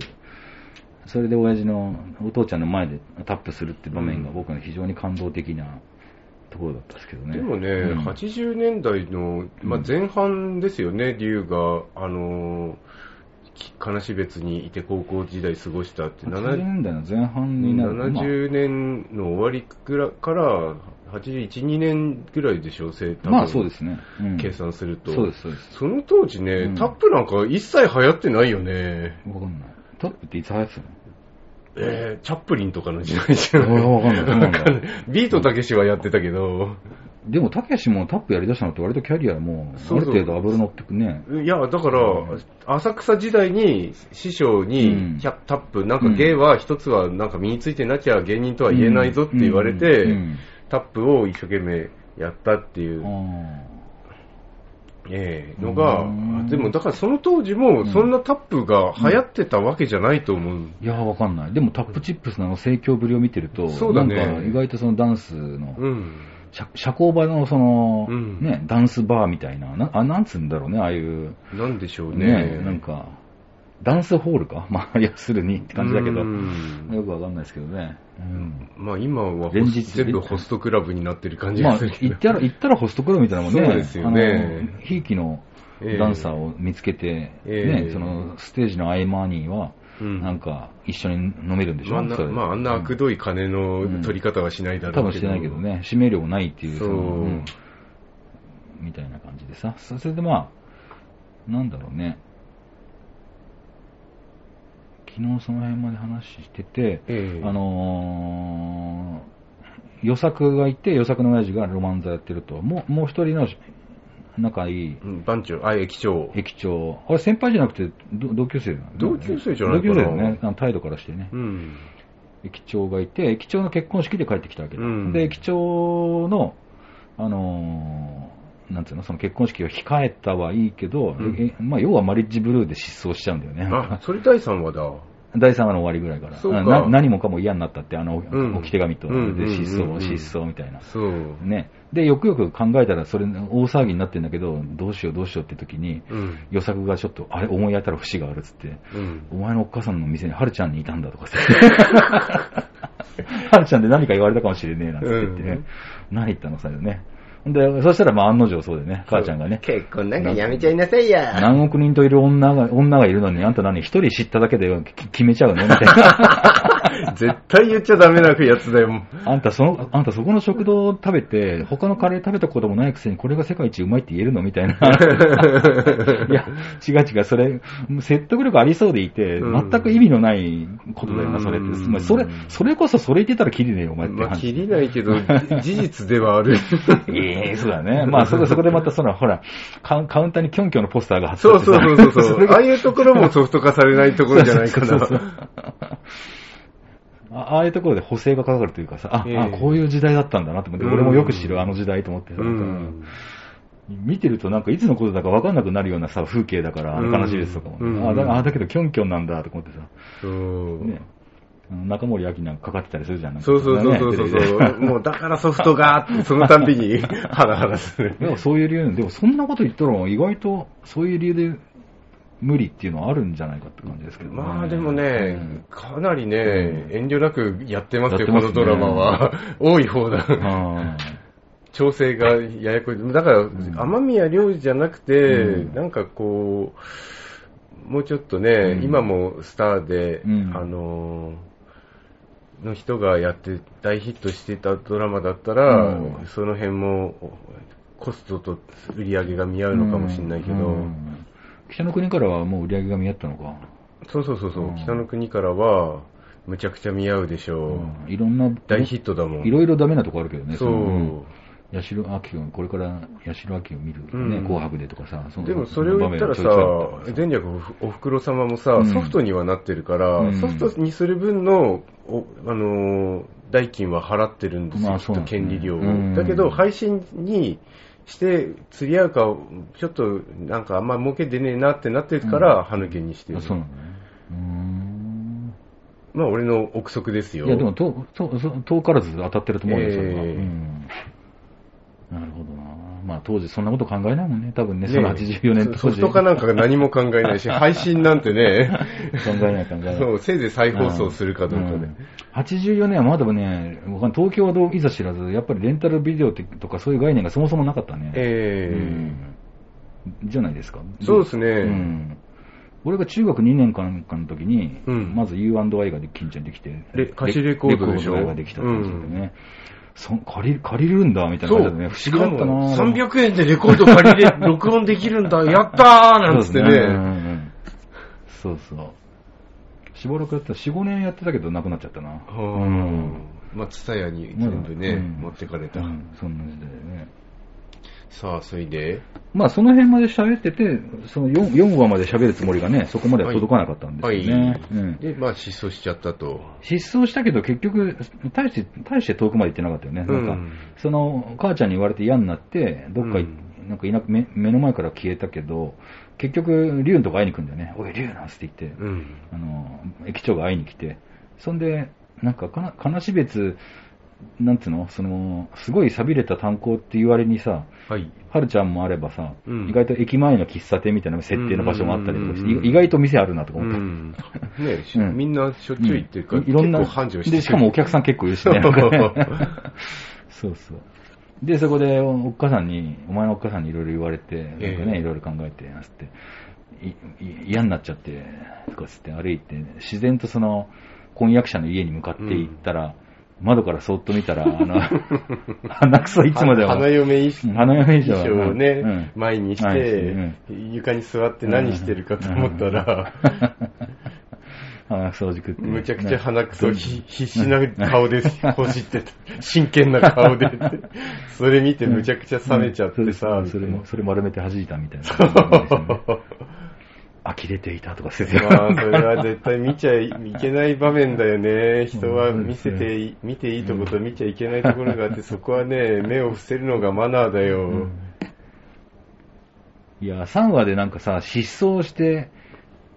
それで親父のお父ちゃんの前でタップするって場面が僕の非常に感動的なところだったんですけどね。でもね、うん80年代の、まあ、前半ですよね、龍が、あのー、き金標別にいて高校時代過ごしたって、 80 70年代の前半になる、まあ70年の終わりくらから、81、2年ぐらいでしょ、生。まあそうですすね。うん計算すると。そうです、そうです。その当時ね、うんタップなんか一切流行ってないよね。わかんない。タップっていつ流行ってたのえー、チャップリンとかの時代じゃ 俺はわかんないそうな んだわかんないビートたけしはやってたけど、でも、たけしもタップやりだしたのって割とキャリアも、あそうるそう程度油乗ってくね。いや、だからうん、浅草時代に師匠うんにキャッタップ、なんか芸は一つはなんか身についてなきゃ芸人とは言えないぞって言われうて、んタップを一生懸命やったっていうう、んええのうんが、でもだからその当時もそんなタップが流行ってたわけじゃないと思う。いやーわかんない。でもタップチップスのあの盛況ぶりを見てると、そうだねなんか意外とそのダンスの、うん。社社交場のその、うんね、ダンスバーみたいな、なあなんつうんだろうね、ああいう、なんでしょうねね。なんか、ダンスホールか まあ、要するにって感じだけど、うよんくわかんないですけどね。うんまあ今はホス連日全部ホストクラブになってる感じまがあ、するけ行どっ。たら、行ったらホストクラブみたいなもんね。そうですよねあの。ひいきのええダンサーを見つけて、ええね、そのステージの合間には、うんなんか一緒に飲めるんでしょ、まあ、なそれまあ、あんな悪どい金の取り方はしないだ多ろう分けしど。てないけど。ね、指名料もないっていう、そうのんみたいな感じでさ、そそれでまあ、なんだろうね、昨日その辺まで話してて、ええあのー、与作がいて、与作の親父がロマン座やってると、もうもう一人の仲いいうん番長、あ、駅長。駅長、あれ先輩じゃなくてど同級生なんだよ同ね級生じゃないかな同級生だよね、あの態度からしてね。うん。駅長がいて、駅長の結婚式で帰ってきたわけだ。うんで、駅長の、あのーなんつうの、その結婚式を控えたはいいけど、うんえまあ、要はマリッジブルーで失踪しちゃうんだよあね、。それ第3話だ。 第3話の終わりぐらいから。そうかあな何もかも嫌になったって、あの、うん置き手紙と、うんで、失うんうんう踪、ん失踪みたいな。そう。ね。で、よくよく考えたら、それ、大騒ぎになってんだけど、どうしようどうしようって時に、うん。予作がちょっと、あれ、思い当たる節があるっつって、うん。お前のお母さんの店に春ちゃんにいたんだとかさ。春ちゃんで何か言われたかもしれねえなんて言ってね。うん何言ったのさよね。ほんで、そしたらまあ案の定そうでね、母ちゃんがね。結婚なんかやめちゃいなさいや。何億人といる女が、女がいるのに、あんた何一人知っただけでき決めちゃうのみたいな。絶対言っちゃダメなやつだよ。あんたその、あんたそこの食堂を食べて、他のカレー食べたこともないくせに、これが世界一うまいって言えるのみたいな。いや、違う違う、それ、説得力ありそうでいて、うん全く意味のないことだよな、それって。うんまあそれ、それこそそれ言ってたら切りねえよ、お前ってまあ、話。切りない けど、事実ではある。ええそうだね。まあ、そこ、そこでまた、その、ほら、カウンカウンターにキョンキョンのポスターが貼ってそうあってそさう そうそうそう。れがああいうところもソフト化されないところじゃないかそうそうそな。うあああいうところで補正がかかるというかさ、あ、ええあこういう時代だったんだなと思って、うん俺もよく知るあの時代と思ってさ、うん。見てるとなんかいつのことだか分かんなくなるようなさ、風景だから、うん悲しいですとかも、うんあだ。あだけどキョンキョンなんだとか思ってさ、そう。ね、あの中森明菜がかかってたりするじゃん。なんかそうそうそうそうねテレビそでう。もうだからソフトがーって、そのたんび にハラハラする。でもそういう理由なんで、でもそんなこと言ったら意外とそういう理由で無理っていうのはあるんじゃないかって感じですけど、まあでもね、うんかなりね、遠慮なくやってますやっよ、てこますねのドラマは。多い方だ。あ調整がややこしい。だから、ん雨宮亮じゃなくて、うんなんかこう、もうちょっとね、ん今もスターで、うんあのーの人がやって大ヒットしてたドラマだったら、うんその辺もコストと売り上げが見合ーうのかもしれないけど、うん北の国からはもう売り上げが見合ったのか。そうそうそうそう、うん北の国からは、むちゃくちゃ見合うでしょう。うんいろんな、大ヒットだもん。いろいろダメなとこあるけどね。そう。の八代亜紀を、これから八代亜紀を見る、ねうん紅白でとかさ、のでもそれを言ったらさの場面がちょい、ちょいあ前略おふくろ様もさ、うんソフトにはなってるから、うんソフトにする分の、おあのー代金は払ってるんですよ、まあきっそうとなんですね権利料を。うんだけど、配信にして釣り合うか、ちょっとなんかあんま儲け出ねえなってなってるから、歯抜けにしてる。そうなのね。うーんまあ俺の憶測ですよ。いや、でも遠遠遠遠からず当たってると思うよ、それは。ええうんなるほどな。まあ当時そんなこと考えないもんね、多分ね、ねえその84年ソ当フ時。ト化なんかが何も考えないし、配信なんてね、考え ない考えない。そう、せいぜい再放送するかどうかで。ん84年はまだね、わかんない東京はどういざ知らず、やっぱりレンタルビデオってとかそういう概念がそもそもなかったね。ええうんじゃないですか。そうですね。うん俺が中学2年間かの時に、うんまず U&I ができんちゃんできて、レ歌詞レコードでしょレコができたってことでね、そ借り、借りるんだみたいな感じだね。不思議だったなしかも300円でレコード借 りれ、録音できるんだ、やったーなんつってそうですうんうね。んそうそう。しばらくやってた、4、5年やってたけどなくなっちゃったな。うんまあ、ツタヤに全部ね、うん持ってかれた。うんそんな時代だよね。さあ、それで、まあ、その辺まで喋ってて、その 4, 4話まで喋るつもりがね、そこまでは届かなかったんですよね。はいうん、で、まあ、失踪しちゃったと。失踪したけど、結局、大して、大して遠くまで行ってなかったよね。なんか、うんその、母ちゃんに言われて嫌になって、どっかい、なんかいなく目、目の前から消えたけど、結局、竜のとこ会いに行くんだよね。おい、竜なんつって言って、うん。あの、駅長が会いに来て、そんで、なんかかな、金し別、なんつうの、その、すごい錆びれた炭鉱って言われにさ、はい。はるちゃんもあればさ、うん意外と駅前の喫茶店みたいな設定の場所もあったりとかして、うんうんうんうん意外と店あるなとかう思った。ん。ね、しうんみんなしょっちゅう行ってるから、いろんな、結構繁盛してるで、しかもお客さん結構いるしね。そうそう。で、そこで、おっかさんに、お前のおっかさんにいろいろ言われて、なんかええね、いろいろ考えて、なんつって、いい嫌になっちゃって、とかつって歩いて、自然とその、婚約者の家に向かって行ったら、窓からそっと見たら、あの、 鼻くそ いつまでも、花嫁衣装うん花嫁衣装をね、うん前にし、前にして床に座って何してるかと思ったら、鼻くそをじくって。むちゃくちゃね鼻くそひ必死な顔でほじってた。真剣な顔 で。それ見てむちゃくちゃ冷めちゃってうさん、それも、それ丸めて弾いたみたいな。 呆れていたとか説明まあ、それは絶対見ちゃ いけない場面だよね。人は見せてい、見ていいとこと見ちゃいけないところがあって、そこはね、目を伏せるのがマナーだよ。いや、3話でなんかさ、失踪して、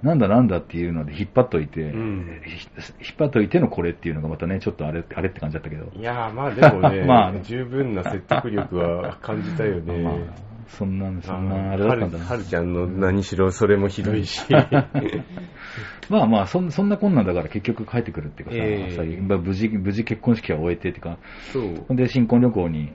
なんだなんだっていうので引っ張っといて、うんひ引っ張っといてのこれっていうのがまたね、ちょっとあれあれって感じだったけど、いやー、まあでもね、 まあ十分な説得力は感じたよね。 まあ、そんな、そんあなーあれだったんだはなるちゃんの何しろそれもひどい し。まあまあそん、そんな困難だから結局帰ってくるっていうかさ、ええさまあ無事、無事結婚式は終えてっていうか、そうほ。んで新婚旅行に、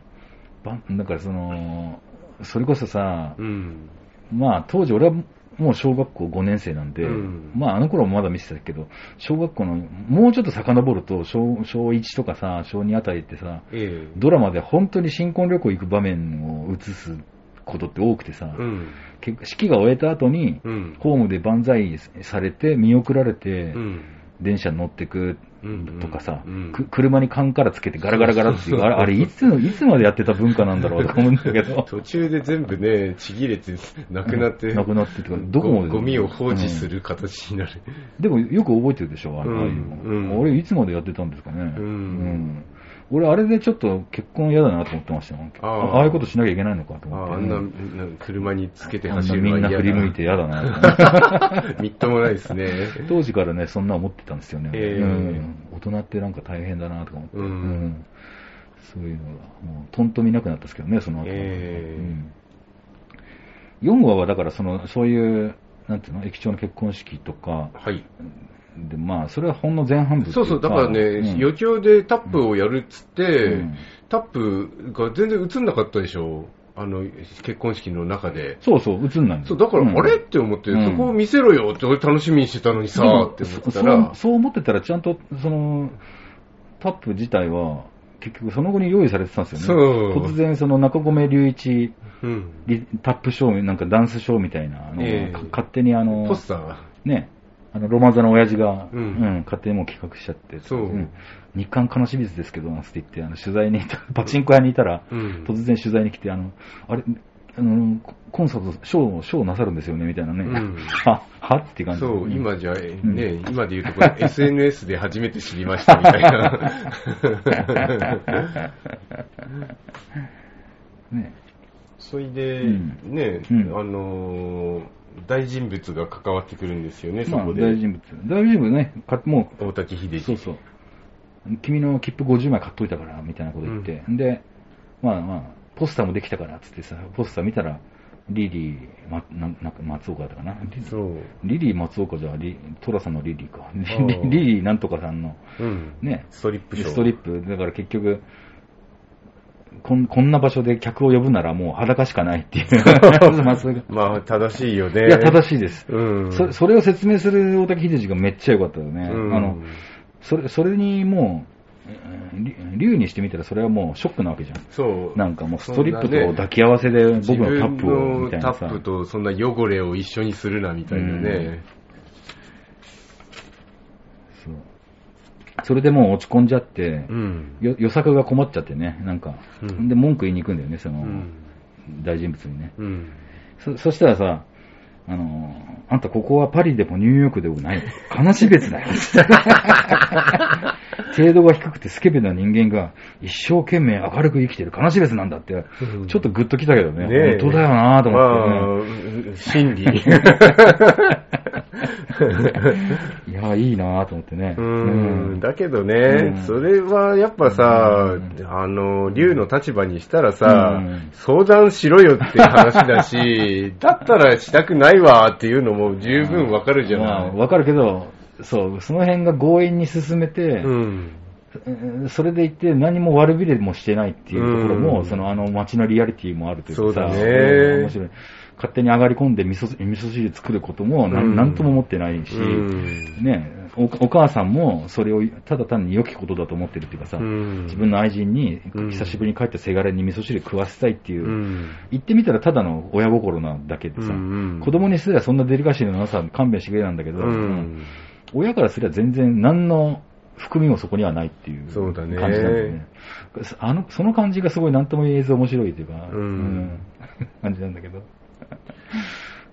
ばんだからその、それこそさ、うん。まあ当時俺はもう小学校5年生なんで、うんまああの頃もまだ見てたけど、小学校の、もうちょっと遡ると、小小1とかさ、小2あたりってさ、ええドラマで本当に新婚旅行行く場面を映すことって多くてさ、うん。結構式が終えた後に、うん。ホームで万歳されて、見送られて、うん。電車に乗ってくうんとかさ、うんく車に缶からつけてガラガラガラっていそうそうう、そうあれ、 あれいつの、いつまでやってた文化なんだろうとか思うんだけど。途中で全部ね、ちぎれて、 なくなって、なくなってとか、どこまでゴミを放置する形になる。でもよく覚えてるでしょ、あれ、うんああいうのうん俺、いつまでやってたんですかね。うんん俺、あれでちょっと結婚嫌だなと思ってましたよ。あああああいうことしなきゃいけないのかと思っあて。ああんなうんな車につけてあん走なるみのはんな嫌だ振り向いて嫌だな と思ってみっともないですね。当時からね、そんな思ってたんですよね。ええうん大人ってなんか大変だなとか思って。うんうんそういうのが、もう、とんと見なくなったんですけどね、その後。ええうん、4話は、だから、その、そういう、なんていうの、駅長の結婚式とか、はい。で、まあ、それはほんの前半部っていそうそう、だからね、うん余興でタップをやるっつって、うんタップが全然映んなかったでしょ。あの、結婚式の中で。そうそう、映んないのそう、だから、うんあれって思って、うんそこを見せろよって俺楽しみにしてたのにさ、でもって思ってたそらう、そう思ってたら、ちゃんと、その、タップ自体は、結局その後に用意されてたんですよね。そう突然、その中込隆一うん。リタップショー、なんかダンスショーみたいな、あのええか勝手にあのポ、スター。ね、あのロマン座の親父が、ううんん勝手にもう企画しちゃって、そうん日刊悲しみですけど、なんつって言って、あの取材にいた、パチンコ屋にいたら、うん突然取材に来て、あの、あれ、あの、ココンサート、ショー、ショーなさるんですよね、みたいなね。うん は、はって感じ。そう、ん。今じゃ、えんね、今で言うとこ れ、SNS で初めて知りましたみたいな。ね。それで、うんね、うんあのー大人物が関わってくるんですよね、そまあ、こで。大人物。大人物ね、かも大滝秀う、治。そうそう。君の切符50枚買っといたから、みたいなこと言って。で、まあまあ、ポスターもできたから、つってさ、ポスター見たら、リリー、ま、ななんか松岡だったかな。そう。リリー松岡じゃあ、リトラさんのリリーか。ーリリーなんとかさんの、うん。ね、ストリップショー。ストリップ、だから結局こん、こんな場所で客を呼ぶならもう裸しかないっ ていう。まあそれがまあ、正しいよね。いや、正しいです。うん。そそれを説明する大竹秀治がめっちゃ良かったよね。うんあのそれそれにもうえー、竜にしてみたらそれはもうショックなわけじゃん。そう。なんかもうストリップそんなねと抱き合わせで僕のタップをみ自分たのいタなさッ。プとそんな汚れを一緒にするなみたいなね。そうそれでもう落ち込んじゃってう、ん。よ予策が困っちゃってね、なんか、うんで、文句言いに行くんだよね、その、うん。大人物にね。うん。そ、そしたらさ、あのー、あんたここはパリでもニューヨークでもない。話 別だよ。程度が低くてスケベな人間が一生懸命明るく生きてる悲し別なんだって、んちょっとグッときたけどね。ねえ本当だよなとま思あ、 心理。ってね。いや、いいなと思ってね。うん。だけどうんね、それはやっぱさう、あの、竜の立場にしたらさうん、相談しろよって話だし、 だったらしたくないわっていうのも十分わかるじゃまあなわかるけど、そう、その辺が強引に進めてい。う、ん。うんそれでいって何も悪びれもしてないっていうところも、うんそのあの街のリアリティもあるというかそうだねうん面白い。勝手に上がり込んで味噌味噌汁作ることもなうんんなんとも思ってないし、うんねお、お母さんもそれをただ単に良きことだと思ってるっていうかさ、うん自分の愛人にうん久しぶりに帰ったせがれに味噌汁食わせたいっていう、うん言ってみたらただの親心なだけでさ、うん子供にすればそんなデリカシーのなさ勘弁してくれなんだけど、ううんん。親からすれば全然何の含みもそこにはないっていうそうだね感じなんだよね。あのその感じがすごい何とも言えず面白いというか、うん感じなんだけど。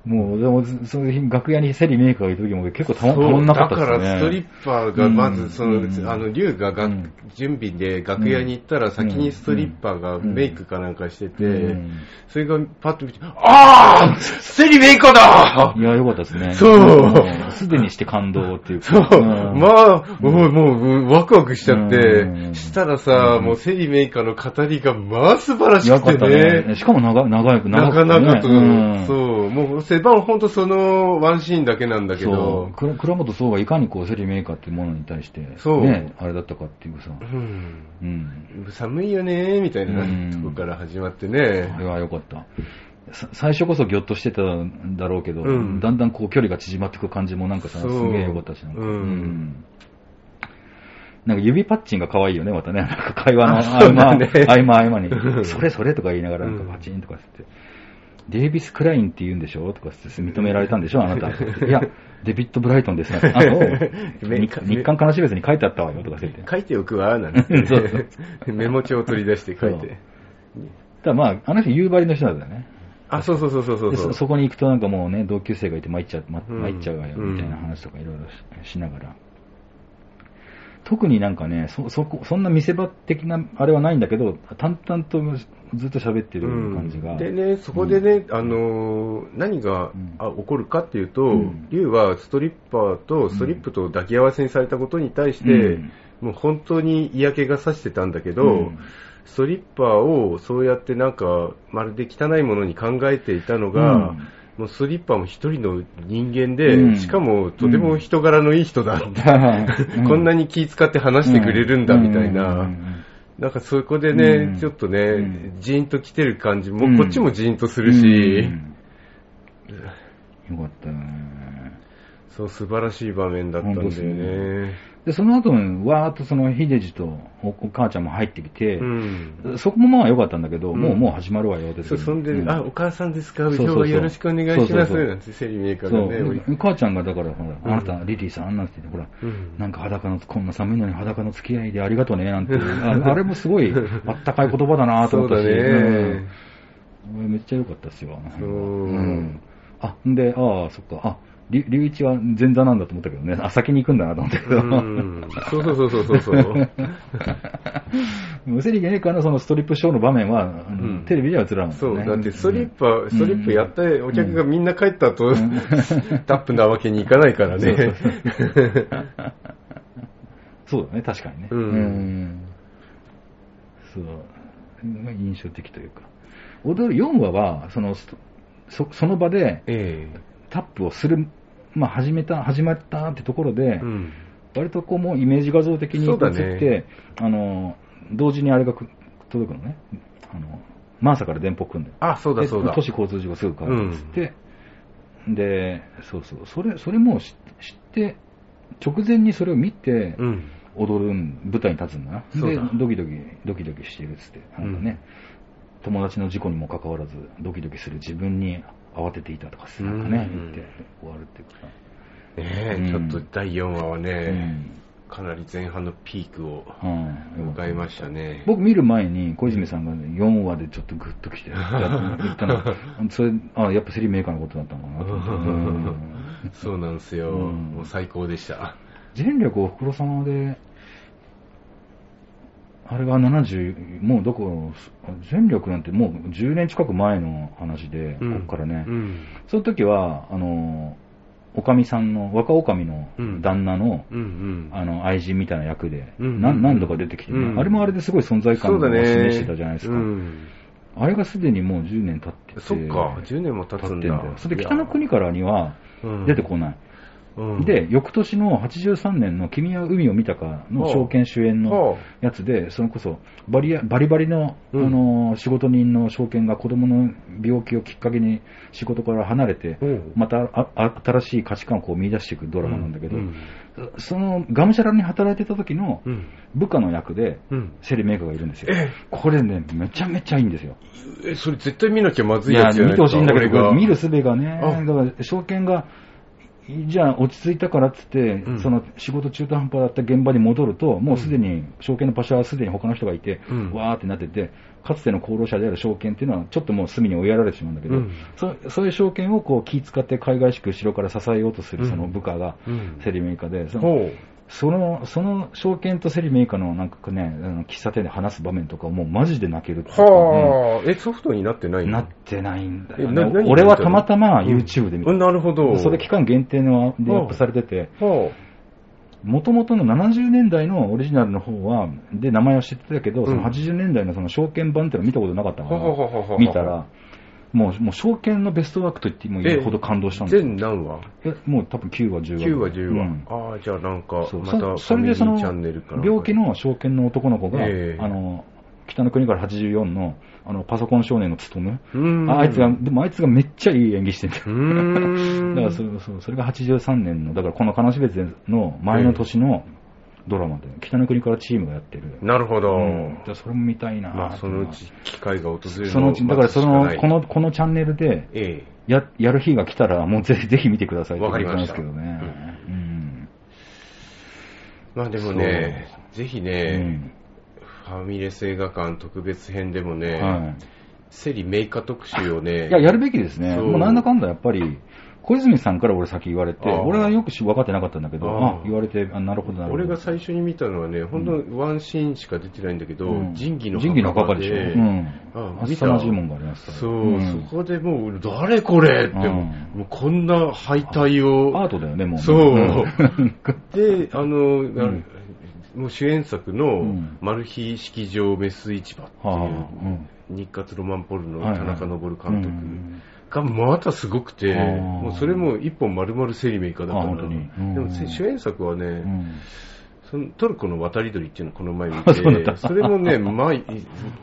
もう、でも、その日、楽屋にセリメーカーがいた時も結構たまたまんなかったですそね。うだからストリッパーがまうんずその、うんあの龍がが、うん準備で楽屋に行ったら先にストリッパーがメイクかなんかしてて、うんそれがパッと見て、ああセリメイカーだいや、良かったですね。そうんすでにして感動っていうか。そう、んまあ、もう、もう、ワクワクしちゃって、うんしたらさ、うんもうセリメイカーの語りがまあ素晴らし良くかってたね。ね。しかも長い、長い、な長かくなかと、うんそう、もう、セバンほんとそのワンシーンだけなんだけそどう、倉倉本壮がいかにこうセリメーカーっていうものに対して、そうね、あれだったかっていうさ、うん、うん、寒いよねみたいなうんとこから始まってあね。れは良かった。さ最初こそギョッとしてたんだろうけど、うんだんだんこう距離が縮まっていく感じもなんかさ、すそうげえ良かったし、なんか、うんんなんか指パッチンが可愛いよね、またね。なんか会話のあ合そう間、だね合間合間うに、んそれそれとか言いながら、なんかうんパチンとかして、デイビス・クラインって言うんでしょとかして認められたんでしょあなた。いや、デビッド・ブライトンですね。あの、 め日日刊悲しい別に書いてあったわよとかしてて。書いておくわ、なんて、そうそう メモ帳を取り出して書いそうて。ただまあ、あの人夕張の人なんだよね。あ、そうそうそうそうそうでそそこに行くとなんかもうね、同級生がいて参っちゃう、まうん参っちゃうわよ、みたいな話とかいろいろししながら。特になんかね、そ、そこ、そんな見せ場的なあれはないんだけど、淡々とずっと喋ってるうん感じが。でね、そこでね、あのー何が、うんあ起こるかっていうとうん、龍、はストリッパーとストリップと抱き合わせにされたことに対して、うんもう本当に嫌気がさしてたんだけど、うんストリッパーをそうやってなんか、まるで汚いものに考えていたのが、うんもうストリッパーも一人の人間で、うんしかもとても人柄のいい人だって、うん こんなに気使って話してくれるんだみたいな、うんうんなんかそこでね、うんちょっとね、うジーンと来てる感じ、もうんうこっちもジーンとすうんるし、うんよかったね。そう、素晴らしい場面だったんだよ本当でね。で、その後も、わーっとその、秀治とおお母ちゃんも入ってきて、うん。そこもまあ良かったんだけど、うんもうもう始まるわよって時そうに。そんで、うあ、お母さんですか、そうそうそう今日はよろしくお願いします、そうそうそうなんてセリメーカーそう、がね、おい母ちゃんがだから、ほら、んあなた、リリーさん、あんなんて言って、ほら、うんなんか裸の、こんな寒いのに裸の付き合いでありがとうね、なんて、 ああれもすごい、あったかい言葉だなとそ思うっただし、ね。うんめっちゃ良かったっすよ、あの辺はそううん。あ、んで、ああ、そっか、あ、り龍一は前座なんだと思ったけどね、あ、先に行くんだなと思ったけうど、 ん。そうそうそうそうそう。ムセリゲネカのそのストリップショーの場面は、あのうんテレビでは映らない、ね。そう、だってストリッパー、んストリップやって、お客がみんな帰った後、 タップなわけにいかないからね。そうだね、確かにね。うんんそう。まあ印象的というか。踊る4話は、その、そそその場で えタップをする、まあ始めた、始まったってところで、えうん。割とこうもうイメージ画像的に映そうだって、ねあの、同時にあれがく届くのね。あの、マーサから電報来るんだよ。あ、そうだでそうだ。都市交通事故すぐ変わるっつって、で、そうそう、それ、それも知知って、直前にそれを見て、うん。踊るん、舞台に立つんだな。そうだで、ドキドキ、ドキドキしてるっつって、なんかね、友達の事故にもかかわらず、ドキドキする自分に慌てていたとかさ、なんかね、うん言って終わるっていうかさ、ねえ、うんちょっと第4話はうね、んかなり前半のピークをうん。迎えましたね。僕見る前に小泉さんがね4話でちょっとグッときてやっ言った のそれあやっぱセリメーカーのことだったのかなと思ってうんそうなんですよ。うんもう最高でした。前略おふくろ様であれが70もうどこ前略なんてもう10年近く前の話で、うんここからね、うん。その時はあのおかみさんの若おかみの旦那の、うんうん。あの愛人みたいな役で、うんなん何度か出てきてね、うんあれもあれですごい存在感そをうだね。示してたじゃないですか、うんあれがすでにもう10年経ってて、そっか、10年も経経っつてんんだだよ。。それで北の国からには出てこない。うんで、翌年の83年の君は海を見たかの証券主演のはやつで、それこそバリアバリバリの、うんあの仕事人の証券が子供の病気をきっかけに仕事から離れてあ、うんまたあ新しい価値観をこう見出していくドラマなんだけど、うんそのがむしゃらに働いてた時のうん。部下の役で、うん。セリメイカがいるんですよ。これね、めちゃめちゃいいんですよ。え、それ絶対見なきゃまずいいやや、つじゃない見てでほすしか。いんだけ俺がど、見る術がね、あだから証券が、じゃあ落ち着いたからっつって、うんその仕事中途半端だった現場に戻ると、もうすでに証券の場所はすでに他の人がいて、うんわーってなってて、かつての功労者である証券っていうのは、ちょっともう隅に追いやられてしまうんだけど、うんそそういう証券をこう気使って、海外しく後ろから支えようとするその部下が、うんセリメイカで、そのほう。その、その証券とセリメイカのなんかね、あの喫茶店で話す場面とか、もうマジで泣けるっていうかうんはあ、え、ソフトになってないのなってないんだえよ、なね何。俺はたまたまうん YouTube で見た。うんなるほど。それ期間限定のでアップされてて、はもともとの70年代のオリジナルの方は、で、名前は知ってたけど、うんその80年代のその証券版っていうのは見たことなかったあ。かははははら、は見た。ら、もう、もう証券のベストワークと言ってもいいほど感動したんですよ。全何話えもう多分9話、10話。 ?9 話、10話。うんああ、じゃあなんか、そうまそたフそァれミリでそーのチャンネルから。病気の証券の男の子が、ええあの北の国から84のあのパソコン少年の勤む、うん、ああいつが、でもあいつがめっちゃいい演技してんだようだからん。そそうそれが83年の、だからこの悲し別の前の年のドラマで、北の国からチームがやってる。なるほど。うんだからそれも見たいな、まあ、そのうち機会が訪れるそのうち、だからそ待つの、しこかない、の、このチャンネルでえや、やる日が来たら、もうぜひ、 ぜひ見てくださいってわかりました言ったんですけどね。うえ。ん。まあでもね、ぜひね、ファミレス映画館特別編でもうね、んはい。セリメイカ特集をね、いや、やるべきですね。そうもうなんだかんだやっぱり、小泉さんから俺先言われて、ああ俺はよくし分かってなかったんだけど、あああ言われて、あなるほど、なるほど。俺が最初に見たのはね、本当ワンシーンしか出てないんだけど、うん仁義の仁義の墓でしょ。うん。ああ見た凄まじいもんがありました。そう、んそこでもう、誰これって、うんもうこんな敗退を、アートだよね、もう。そうん で、あの、あんもう主演作うのん、マル秘式場メス市場ってはあいう、日活ロマンポルノはいはい田中昇監督、うんがまたすごくて、あーもうそれも一本丸々セリメイカだから、あー本当にうんでもせ主演作はね、うんそのトルコの渡り鳥っていうのをこの前見あ そうなんて、だそれも ね、まあ、い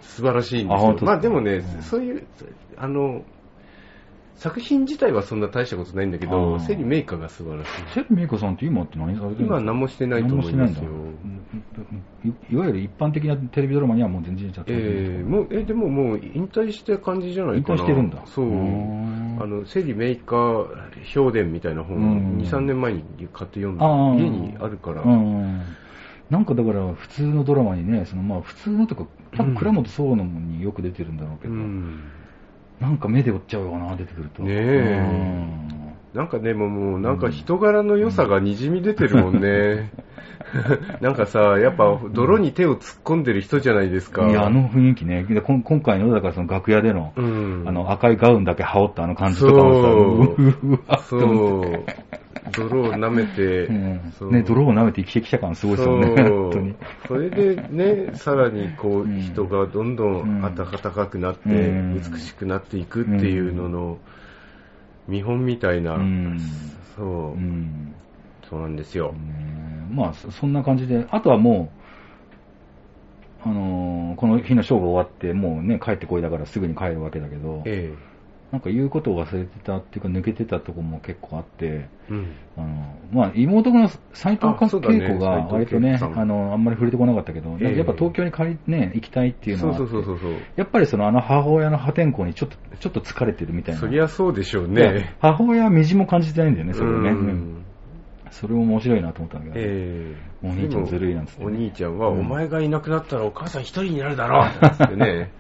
素晴らしいんであす本よ。当まあでもね、うんそういう、あの、作品自体はそんな大したことないんだけど、あーセリメイカが素晴らしい。セルメイカさんって今って何されてる今は何もしてないと思いますよ。いいわゆる一般的なテレビドラマにはもう全然ちゃってええもう、え、でももう引退した感じじゃない引かな。退してるんだ。そう。んあの、セリメイカ評伝みたいな本うをん2、3年前に買って読んだ。あー家にあるから。うんなんかだから普通のドラマにね、そのまあ普通のとか、多分倉本総のもによく出てるんだろうけうど、んなんか目で追っちゃうよな、出てくると。ねえうんなんかね、もう、もうなんか人柄の良さがにじみ出てるもん ね。なんかさ、やっぱ泥に手を突っ込んでる人じゃないですか。いや、あ、の雰囲気ね。でこん今回の、だからその楽屋での、うん。あ、の赤いガウンだけ羽織ったあの感じとかもさ、そううわっとそ思ってう。泥を舐めて、うそんうね、泥を舐めて生きてきた感すごいですよね、本当に。そう。それでね、さらにこうんう、人がどんどうんん暖かくなって、うん美しくなっていくっていうのの、見本みたいな、うんそうう、んそうなんですよ。ねまあ、そそんな感じで、あとはもう、あのーこの日の勝負終わって、もうね、帰ってこいだからすぐに帰るわけだけど、えなんか言うことを忘れてたっていうか、抜けてたとこも結構あって、え。うん。あのまあ、妹の斎藤あそうだね恵子が割とね斉藤慶子さんあの、あんまり触れてこなかったけど、ええやっぱ東京に帰り、ね、行きたいっていうのそうはあってそうそうそうそう。やっぱりそのあの母親の破天荒にちょっとちょっと疲れてるみたいな。そりゃそうでしょういやね。母親はみじも感じてないんだよね、それをね。うんそれも面白いなと思ったんだけど、ええお兄ちゃんずるいなんつってねでもお兄ちゃんは、うんお前がいなくなったらお母さん一人になるだろうっつって ね。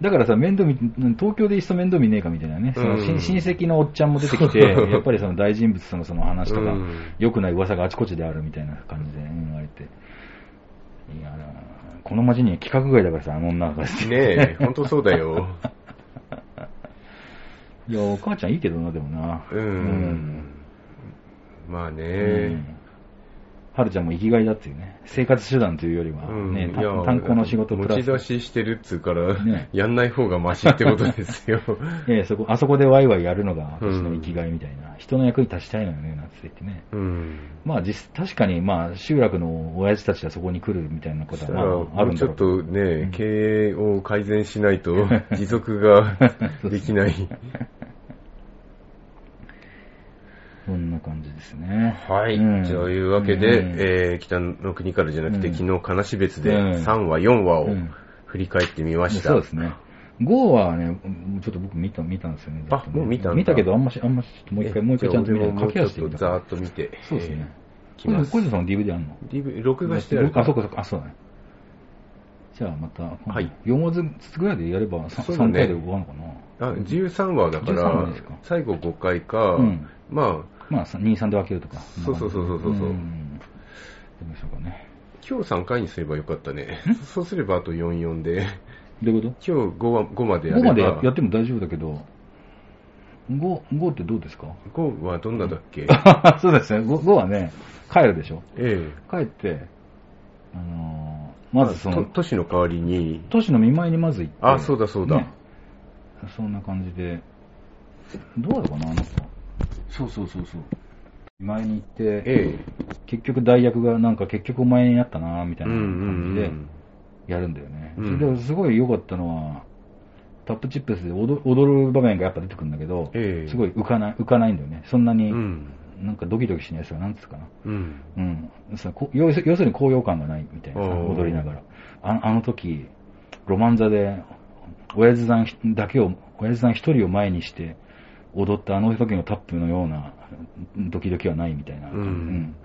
だからさ、面倒見、東京でいっそ面倒見ねえかみたいなね、そのうん親親戚のおっちゃんも出てきて、そう やっぱりその大人物とのその話とかうん、良、くない噂があちこちであるみたいな感じで、うん言われて。いやな、この街には規格外だからさ、あの女がですねえ、ほんとそうだよ。 いや、お母ちゃんいいけどな、でもな。うん。まあね、はるちゃんも生きがいだっていうね、生活手段というよりは、うんね、いたや炭鉱の仕事プ持ラちス出、ししてるっつうから、ねやんない方がマシってことです よ。ええそこあそこでワイワイやるのが私のうん生きがいみたいな、人の役に立ちたいのよね、なんて言ってね。うん。まあ実、確かに、まあ、集落の親父たちがそこに来るみたいなこそしとたは、ら、まあ、もあるうんちだょろっうけとどね、経営を改善しない と、持続ができない。そんな感じですね。はい、うんというわけで、うんえー北の国からじゃなくて、うん昨日、金し別でうん3話、4話をうん振り返ってみました。そうですね。5はね、うんちょっと僕見た、見たんですよね。あずっとねもう見たんだ見たけど、あんまし、あんまし、もう一回、もう一回ちゃんと見じて、あ駆け足で俺もも見うちょたっとざーから。っと見て。そうですね。えー。来小ま泉す小泉さんの DVD あんの DV 録画してあるあ、そうかそうか、あ、そうだね。じゃあまた、はい4話ずつぐらいでやれば 3, そうだね回で終わるのかな。あ13話だか13話らですか、最後5回か、うんまあ、まあ、さ2、3で分けるとか。そうそうそうそうそうそうんどうでしょうかね。今日3回にすればよかったね。 そうすればあと4、4で、 どういうこ今日 5, は5まとでやれ ?5 ば、までややっても大丈夫だけど、5、5ってどうで すか5はどんなだっ けそうですね5。5はね、帰るでしょ。ええ。帰って、あのーまずそのと、都市の代わりに、都市の見舞いにまず行って。あそうだそうだそんな感じで。どうだろうな、あの子。そうそうそうそう。見舞いに行って、え結局代役がなんか結局お前になったな、みえ。たういんなうん感うじでん。やるんだよね。うんそれですごい良かったのは、タップチップスで踊踊る場面がやっぱ出てくるんだけど、ええすごい浮かない、浮かないんだよね。そんなうに、ん。なんかドキドキしないやつが、なんつうかな。うん。うん、さこ要す要するに高揚感がないみたいなさ、おー踊りながら。ああの時、ロマン座で、親父さんひだけを、親父さん一人を前にして、踊ったあの時のタップのようなうんドキドキはないみたいな。うん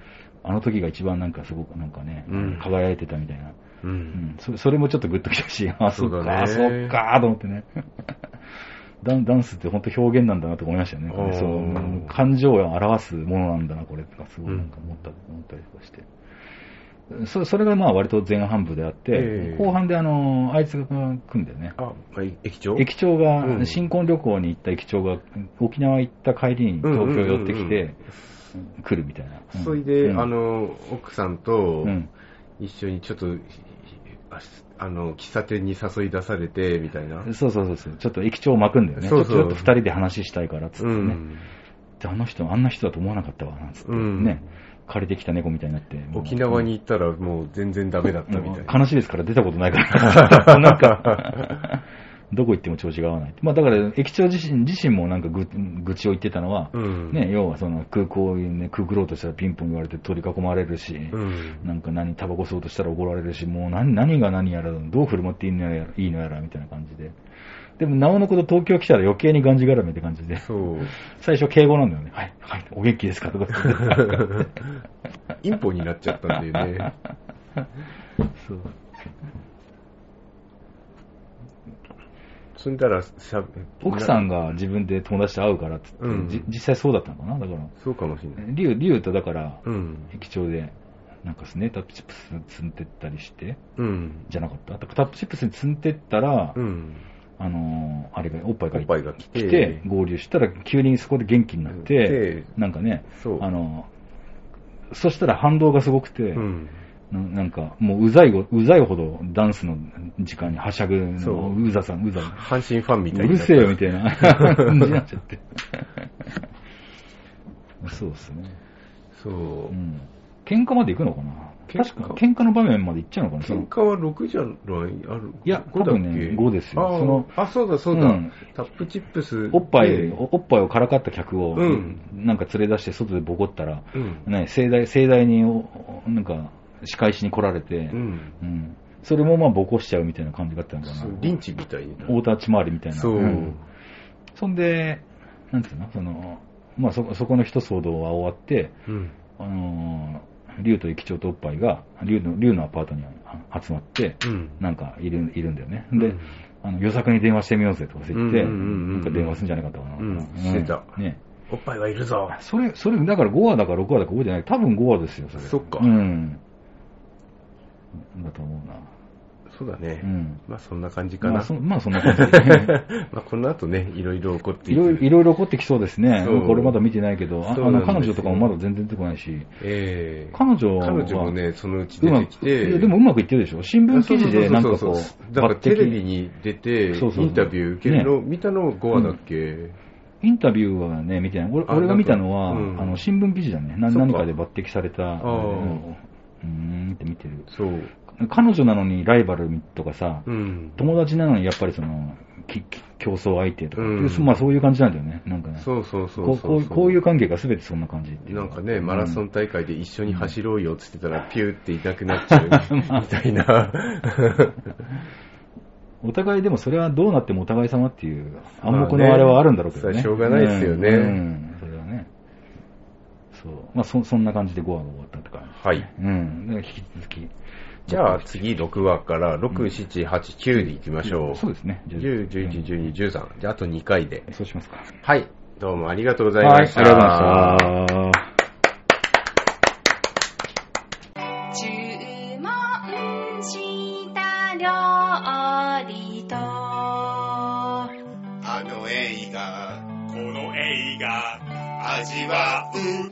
あの時が一番なんかすごくなんかね、うん輝いてたみたいな。う。うんん、そそれもちょっとグッときたし、あ、そっそうか、だねそっか、と思ってね。 ダンダンスって本当表現なんだなと思いましたよね。これおーそううん感情を表すものなんだな、これとか、すごいなんか思った,、思ったりとかして。そそれがまあ割と前半部であって、ええ後半であの、あいつが組んだよね。あ、はい駅長駅長が、うん新婚旅行に行った駅長が、沖縄行った帰りに東京寄ってきて、来るみたいな。うんそれで、うんあの、奥さんとうん一緒にちょっと、ああの、喫茶店に誘い出されて、みたいな。そうそうそうそう、ちょっと駅長を巻くんだよね。そうそうちょっとちょっと二人で話したいからっつってうね。ん。であの人、あんな人だと思わなかったわ、なんつって、うんね、借りてきた猫みたいになって。もう沖縄に行ったらもう全然ダメだったみたいもうな。悲しいですから出たことないから。な んか、どこ行っても調子が合わない。まあだから、駅長自身自身もなんかぐ愚痴を言ってたのは、うん。ね、要はその空港に、ね、くぐろうとしたらピンポン言われて取り囲まれるし、うん。なんか何、タバコ吸おうとしたら怒られるし、もう何何が何やら、どう振る舞っていいのやら、いいのやらみたいな感じで。でも、なおのこと東京来たら余計にがんじがらめって感じで。 そう。最初敬語なんだよね。はい、はい、お元気ですかとか ってインポになっちゃったんだよね。そう。そんだら、しゃ奥さんなが自分で友達と会うからっつって、うんじ実際そうだったのかなだから、そうかもしれない。リュウ、リュウとだから、うん。駅長で、なんかスネータップチップス積んでったりして、うん。じゃなかっただからタップチップスに積んでったら、うん。あのーあれが、おっぱいおがっぱいが来て、来て、合流したら急にそこで元気になってで、なんかね、そう。あのーそしたら反動がすごくて、うん。ななんか、もううざいご、うざいほどダンスの時間にはしゃぐその、ううざさん、うざ。阪神ファンみたいうにるなったせえよ、みたい な感じになっちゃって。そうですね。そうう。ん。喧嘩まで行くのか喧な嘩確か、喧嘩の場面まで行っちゃうのかなその喧嘩は6じゃないあるいや5だっ多分ねけ5ですよあーそのあ、そうだそうだ、うんタップチップス。おっぱい、でおおっぱいをからかった客を、うんなんか連れ出して外でボコったら、うん。ね、盛大、盛大にお、おなんか、仕返しに来られて、うん。うんそれもまあボコしちゃうみたいな感じだったのかなそう。リンチみたいに。大田ち回りみたいな。そう、んそんで、なんていうのその、まあそ、そこの一騒動は終わって、うん。あのー竜と駅長とおっぱいが、竜の、竜のアパートにあ集まって、うん。なんかいるいるんだよね。うでん、あの、予作に電話してみようぜとか言って、うんうんうんうんなんか電話するんじゃなかったかな。うんしてたね。おっぱいはいるぞ。それ、それ、だから5話だか6話だか覚えてない。多分5話ですよ、それ。そっかうん。だと思うな。そうだね。うん。まあそんな感じかな。まあ、そまあ、そんな感じでまあこの後ね、いろいろ起こって いいろいろ、いろいろ起こってきそうですね。そう僕俺まだ見てないけど、ああそうなんでの、すよ彼女とかもまだ全然出てこないし、ええ彼女は、彼女もね、そのうちう出まてくきて、いやでもうまくいってるでしょ新聞記事でなんかそうそこうそうそうう、だから抜擢テレビに出て、イそうそうそうンタビュー受けるの、見たの5話だっけインタビューはね、見てない。俺あ俺が見たのは、なんかうんあの、新聞記事だね。なそっか何かで抜擢された、あうんうーんって見てる。そう。彼女なのにライバルとかさ、うん。友達なのにやっぱりその、きき競争相手とか、うんそまあそういう感じなんだよね。なんかね。そうそうそうこうそこううこういう関係が全てそんな感じっていうなんかね、マラソン。ン大会で一緒に走ろうよって言ってたら、ピューっていなくなっちゃうみたいな。お互いでもそれはどうなってもお互い様っていう暗黙のあれはあるんだろうけどまあね。ねそれはしょうがないですよねうんうんそれはね。そう。まあそそんな感じで5話が終わったって感じ。 はい。うん。だから引き続き。じゃあ次6話から6、7、8、9で行きましょう。そうですね。じゃあ10、11、12、13。じゃああと2回で。そうしますか。はい。どうもありがとうございました。はいありがとうございました。注文した料理とあの映画この映画味わうの